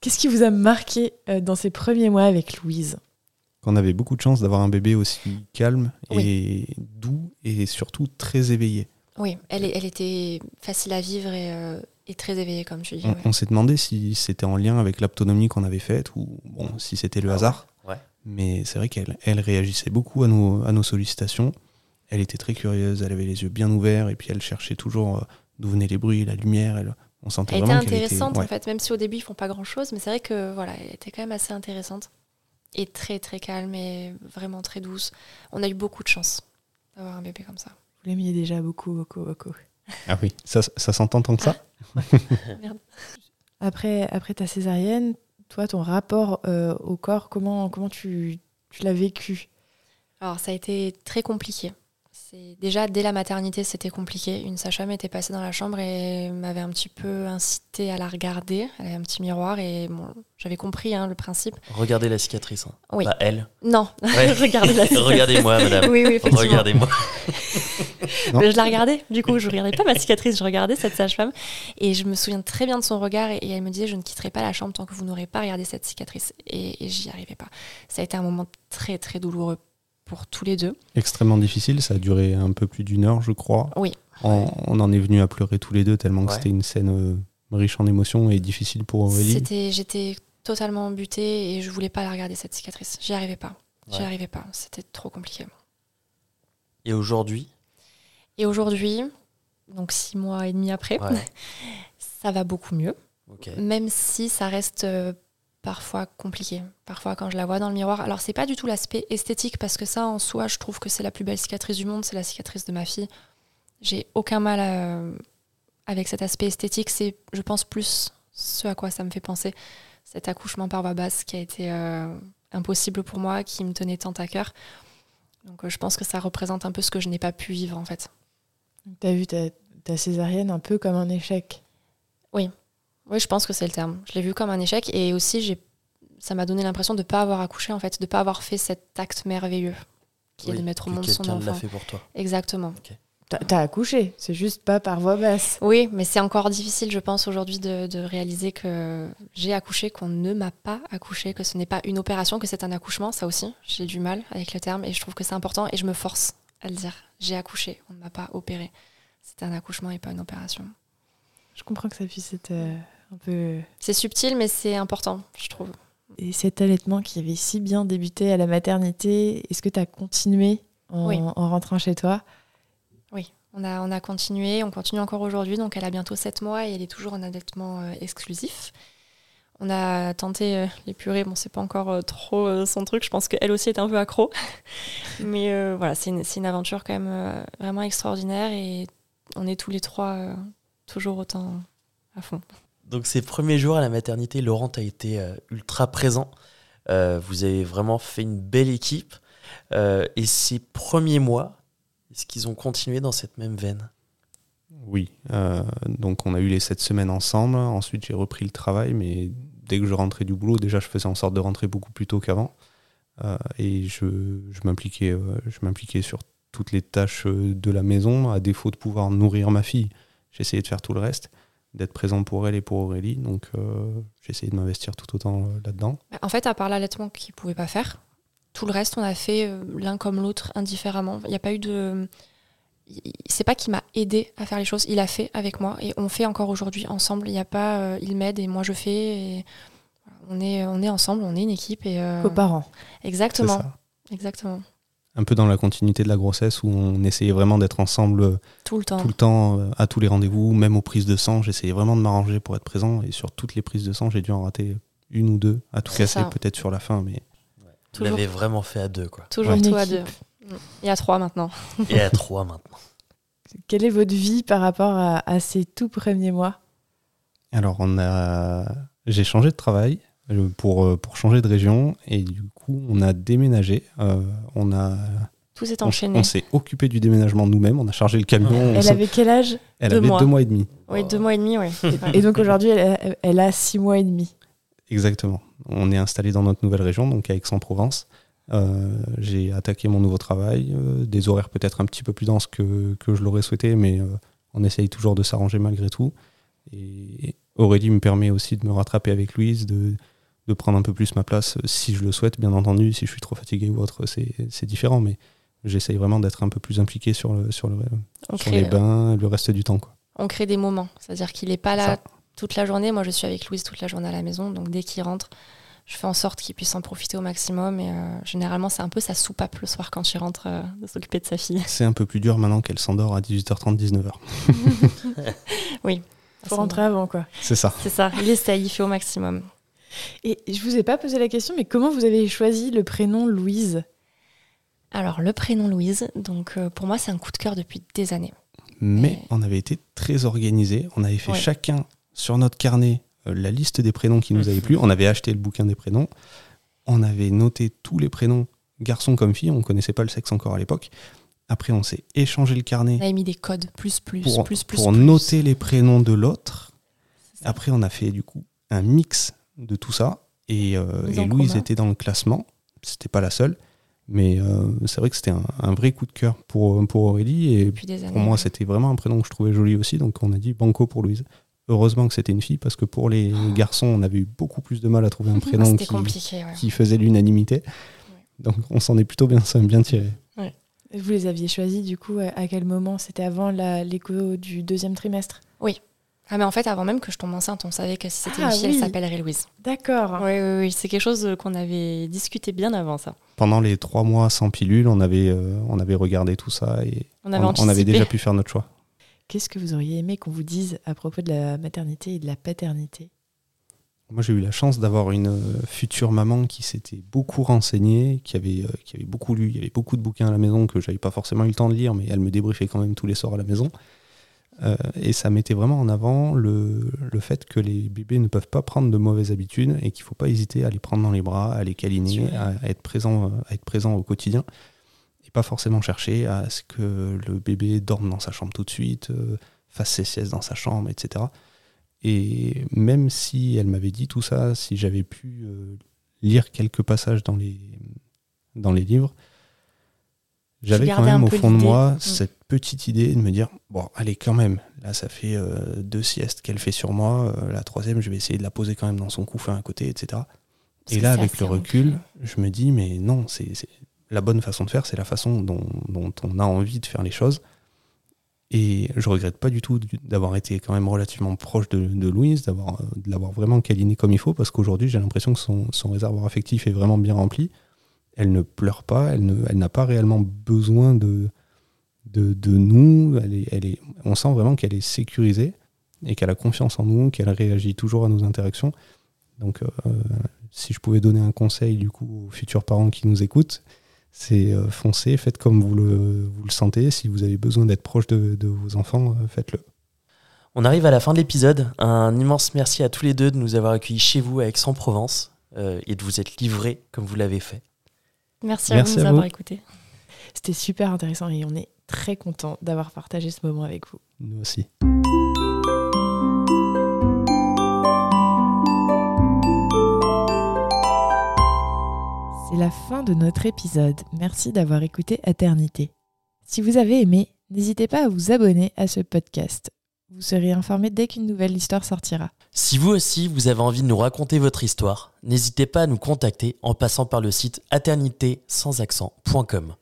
Qu'est-ce qui vous a marqué euh, dans ces premiers mois avec Louise
Qu'on avait beaucoup de chance d'avoir un bébé aussi calme et doux et surtout très éveillé.
Oui, elle, est- elle était facile à vivre et, euh, et très éveillée, comme tu dis.
On,
ouais.
on s'est demandé si c'était en lien avec l'aptonomie qu'on avait faite ou bon, si c'était le
Ah ouais.
hasard.
Ouais.
Mais c'est vrai qu'elle elle réagissait beaucoup à nos, à nos sollicitations. Elle était très curieuse, elle avait les yeux bien ouverts et puis elle cherchait toujours euh, d'où venaient les bruits, la lumière. Elle, on sentait
Elle était
vraiment qu'elle
intéressante
ouais.
en fait, même si au début ils font pas grand chose, mais c'est vrai que voilà, elle était quand même assez intéressante et très très calme et vraiment très douce. On a eu beaucoup de chance d'avoir un bébé comme ça.
Vous l'aimiez déjà beaucoup, beaucoup, beaucoup.
Ah oui, ça, ça s'entend tant que ça
Après, après ta césarienne, toi, ton rapport euh, au corps, comment, comment tu, tu l'as vécu
Alors ça a été très compliqué. C'est déjà dès la maternité c'était compliqué. Une sage-femme était passée dans la chambre et m'avait un petit peu incité à la regarder. Elle avait un petit miroir et bon, j'avais compris hein, le principe.
Regardez la cicatrice. hein.
Oui.
Bah, elle.
Non,
Ouais.
regardez-la.
Regardez-moi, madame.
Oui, oui, effectivement.
Regardez-moi.
Non.
Mais je la regardais, du coup, je regardais pas ma cicatrice, je regardais cette sage-femme. Et je me souviens très bien de son regard et, et elle me disait Je ne quitterai pas la chambre tant que vous n'aurez pas regardé cette cicatrice. Et, et j'y arrivais pas. Ça a été un moment très, très douloureux pour tous les deux.
Extrêmement difficile, ça a duré un peu plus d'une heure, je crois.
Oui.
On, on en est venu à pleurer tous les deux tellement que
Ouais.
c'était une scène euh, riche en émotions et difficile pour Aurélie.
C'était, J'étais totalement butée et je voulais pas la regarder cette cicatrice. J'y arrivais pas. J'y
Ouais.
arrivais pas. C'était trop compliqué.
Et aujourd'hui,
Et aujourd'hui, donc six mois et demi après,
ouais,
ça va beaucoup mieux.
ok.
même si ça reste euh, parfois compliqué. Parfois, quand je la vois dans le miroir, alors c'est pas du tout l'aspect esthétique parce que ça, en soi, je trouve que c'est la plus belle cicatrice du monde, c'est la cicatrice de ma fille. J'ai aucun mal euh, avec cet aspect esthétique. C'est, je pense, plus ce à quoi ça me fait penser, cet accouchement par voie basse qui a été euh, impossible pour moi, qui me tenait tant à cœur. Donc euh, je pense que ça représente un peu ce que je n'ai pas pu vivre en fait.
T'as vu ta, ta césarienne un peu comme un échec.
Oui, je pense que c'est le terme. Je l'ai vu comme un échec et aussi j'ai ça m'a donné l'impression de ne pas avoir accouché en fait, de ne pas avoir fait cet acte merveilleux qui est
Oui,
de mettre au
que
monde son
Quelqu'un l'a
enfant.
fait pour toi.
Exactement.
T'as- T'as accouché, c'est juste pas par voie basse.
Oui, mais c'est encore difficile, je pense, aujourd'hui de, de réaliser que j'ai accouché, qu'on ne m'a pas accouché, que ce n'est pas une opération, que c'est un accouchement, ça aussi. J'ai du mal avec le terme et je trouve que c'est important et je me force à le dire. J'ai accouché, on ne m'a pas opéré. C'est un accouchement et pas une opération.
Je comprends que ça puisse être euh, un peu.
C'est subtil, mais c'est important, je trouve.
Et cet allaitement qui avait si bien débuté à la maternité, est-ce que t'as continué en,
Oui.
en rentrant chez toi
Oui, on a, on a continué, on continue encore aujourd'hui. Donc elle a bientôt 7 mois et elle est toujours en allaitement euh, exclusif. On a tenté euh, les purées, bon c'est pas encore euh, trop euh, son truc, je pense qu'elle aussi est un peu accro. Mais euh, voilà, c'est une, c'est une aventure quand même euh, vraiment extraordinaire et on est tous les trois euh, toujours autant à fond.
Donc ces premiers jours à la maternité, Laurent a été euh, ultra présent. Euh, vous avez vraiment fait une belle équipe. Euh, et ces premiers mois, est-ce qu'ils ont continué dans cette même veine
Oui, euh, donc on a eu les sept semaines ensemble. Ensuite, j'ai repris le travail, mais dès que je rentrais du boulot, déjà, je faisais en sorte de rentrer beaucoup plus tôt qu'avant. Euh, et je, je m'impliquais, euh, je m'impliquais sur toutes les tâches euh, de la maison, à défaut de pouvoir nourrir ma fille. J'essayais de faire tout le reste, d'être présent pour elle et pour Aurélie. Donc, euh, j'essayais de m'investir tout autant euh, là-dedans.
Bah, En fait, à part l'allaitement qu'ils ne pouvaient pas faire, tout le reste, on a fait euh, l'un comme l'autre indifféremment. Il n'y a pas eu de. il- il- C'est pas qu'il m'a aidé à faire les choses, il a fait avec moi et on fait encore aujourd'hui ensemble. Il n'y a pas euh, il m'aide et moi je fais. et voilà, on, est, on est ensemble, on est une équipe. Et, euh,
Coparents.
C'est
Exactement.
ça.
Exactement.
Un peu dans la continuité de la grossesse où on essayait vraiment d'être ensemble euh,
Tout le temps.
tout le temps euh, à tous les rendez-vous, même aux prises de sang. J'essayais vraiment de m'arranger pour être présent et sur toutes les prises de sang, j'ai dû en rater une ou deux, à tout
C'est
casser
ça.
peut-être sur la fin, mais
Vous
Toujours.
l'avez vraiment fait à deux, quoi.
Toujours
Une
tout à
équipe.
deux. Et à trois maintenant.
Et à trois maintenant.
Quelle est votre vie par rapport à, à ces tout premiers mois
alors on a, j'ai changé de travail euh, pour euh, pour changer de région et du coup on a déménagé. Euh, on a,
Tout s'est
on,
enchaîné.
on s'est occupé du déménagement nous-mêmes. On a chargé le camion. on
Elle
s'est-
avait quel âge
elle
deux
avait
mois.
deux mois et demi.
Oui, deux mois et demi, oui.
Et donc aujourd'hui, elle, a- elle a six mois et demi.
Exactement. On est installé dans notre nouvelle région, donc à Aix-en-Provence. Euh, j'ai attaqué mon nouveau travail, euh, des horaires peut-être un petit peu plus denses que, que je l'aurais souhaité, mais euh, on essaye toujours de s'arranger malgré tout. Et Aurélie me permet aussi de me rattraper avec Louise, de, de prendre un peu plus ma place euh, si je le souhaite, bien entendu. Si je suis trop fatigué ou autre, c'est c'est différent, mais j'essaye vraiment d'être un peu plus impliqué sur, le, sur, le,
On
sur les
crée,
bains, le reste du temps. Quoi.
on crée des moments. C'est-à-dire qu'il n'est pas là
Ça.
toute la journée. Moi, je suis avec Louise toute la journée à la maison. Donc, dès qu'il rentre, je fais en sorte qu'il puisse en profiter au maximum. Et euh, généralement, c'est un peu sa soupape le soir quand il rentre euh, de s'occuper de sa fille.
C'est un peu plus dur maintenant qu'elle s'endort à 18h30, 19h.
Faut rentrer avant, quoi.
C'est ça.
C'est ça. Il essaye, il fait au maximum.
Et je vous ai pas posé la question, mais comment vous avez choisi le prénom Louise
Alors, le prénom Louise, donc euh, pour moi, c'est un coup de cœur depuis des années.
mais
Ouais.
on avait été très organisés. On avait fait
Ouais.
chacun sur notre carnet euh, la liste des prénoms qui
Mhm.
nous avaient plu. On avait acheté le bouquin des prénoms. On avait noté tous les prénoms, garçons comme filles. On connaissait pas le sexe encore à l'époque. Après, on s'est échangé le carnet
On avait mis des codes, plus, plus,
pour,
plus, plus.
pour
plus.
noter les prénoms de l'autre. Après, on a fait du coup un mix de tout ça. Et, euh,
Mise
et
en
Louise
commun.
était dans le classement. C'était pas la seule. Mais euh, c'est vrai que c'était un, un vrai coup de cœur pour, pour Aurélie. Et
Depuis des années.
pour moi, c'était vraiment un prénom que je trouvais joli aussi, donc on a dit Banco pour Louise. Heureusement que c'était une fille, parce que pour les garçons, on avait eu beaucoup plus de mal à trouver un
Ah,
prénom
C'était
qui,
compliqué, ouais.
qui faisait l'unanimité. Donc on s'en est plutôt bien, bien tiré.
Vous les aviez choisis, du coup, à- à quel moment C'était avant la- l'écho du deuxième trimestre
Ah, mais en fait, avant même que je tombe enceinte, on savait que si c'était
Ah,
une fille,
oui. Ah.
elle s'appellerait Louise.
D'accord.
Oui, oui, oui. C'est quelque chose euh, qu'on avait discuté bien avant ça.
Pendant les trois mois sans pilule, on avait, euh, on avait regardé tout ça et
On avait
on, on avait
anticipé.
déjà pu faire notre choix.
Qu'est-ce que vous auriez aimé qu'on vous dise à propos de la maternité et de la paternité
Moi, j'ai eu la chance d'avoir une euh, future maman qui s'était beaucoup renseignée, qui avait, euh, qui avait beaucoup lu. Il y avait beaucoup de bouquins à la maison que j'avais pas forcément eu le temps de lire, mais elle me débriefait quand même tous les soirs à la maison. Euh, et ça mettait vraiment en avant le, le fait que les bébés ne peuvent pas prendre de mauvaises habitudes et qu'il ne faut pas hésiter à les prendre dans les bras, à les câliner, à, à être présent, euh, à être présent au quotidien. Et pas forcément chercher à ce que le bébé dorme dans sa chambre tout de suite, euh, fasse ses siestes dans sa chambre, etc. Et même si elle m'avait dit tout ça, si j'avais pu euh, lire quelques passages dans les, dans les livres, j'avais quand
gardais
même
un
au
peu
fond de
l'idée.
moi
Mm.
cette petite idée de me dire bon, allez, quand même, là, ça fait euh, deux siestes qu'elle fait sur moi, euh, la troisième, je vais essayer de la poser quand même dans son cou, faire un côté, etc.
Parce
Et
que
là,
c'est
avec
assez
le recul, je me dis, mais non, c'est c'est- la bonne façon de faire, c'est la façon dont, dont on a envie de faire les choses. Et je regrette pas du tout du- d'avoir été quand même relativement proche de, de Louise, d'avoir euh, de l'avoir vraiment câlinée comme il faut, parce qu'aujourd'hui, j'ai l'impression que son, son réservoir affectif est vraiment bien rempli. Elle ne pleure pas, elle ne- elle n'a pas réellement besoin de, de, de nous. Elle est, elle est, on sent vraiment qu'elle est sécurisée et qu'elle a confiance en nous, qu'elle réagit toujours à nos interactions. Donc, euh, si je pouvais donner un conseil du coup aux futurs parents qui nous écoutent, c'est euh, foncez, faites comme vous le, vous le sentez. Si vous avez besoin d'être proche de, de vos enfants, euh, faites-le.
On arrive à la fin de l'épisode. Un immense merci à tous les deux de nous avoir accueillis chez vous à Aix-en-Provence euh, et de vous être livrés comme vous l'avez fait.
Merci à
Merci
vous de
à
nous avoir
vous.
écoutés.
C'était super intéressant et on est très content d'avoir partagé ce moment avec vous.
Nous aussi.
C'est la fin de notre épisode. Merci d'avoir écouté Aternité. Si vous avez aimé, n'hésitez pas à vous abonner à ce podcast. Vous serez informé dès qu'une nouvelle histoire sortira.
Si vous aussi vous avez envie de nous raconter votre histoire, n'hésitez pas à nous contacter en passant par le site aternité sans accent.com.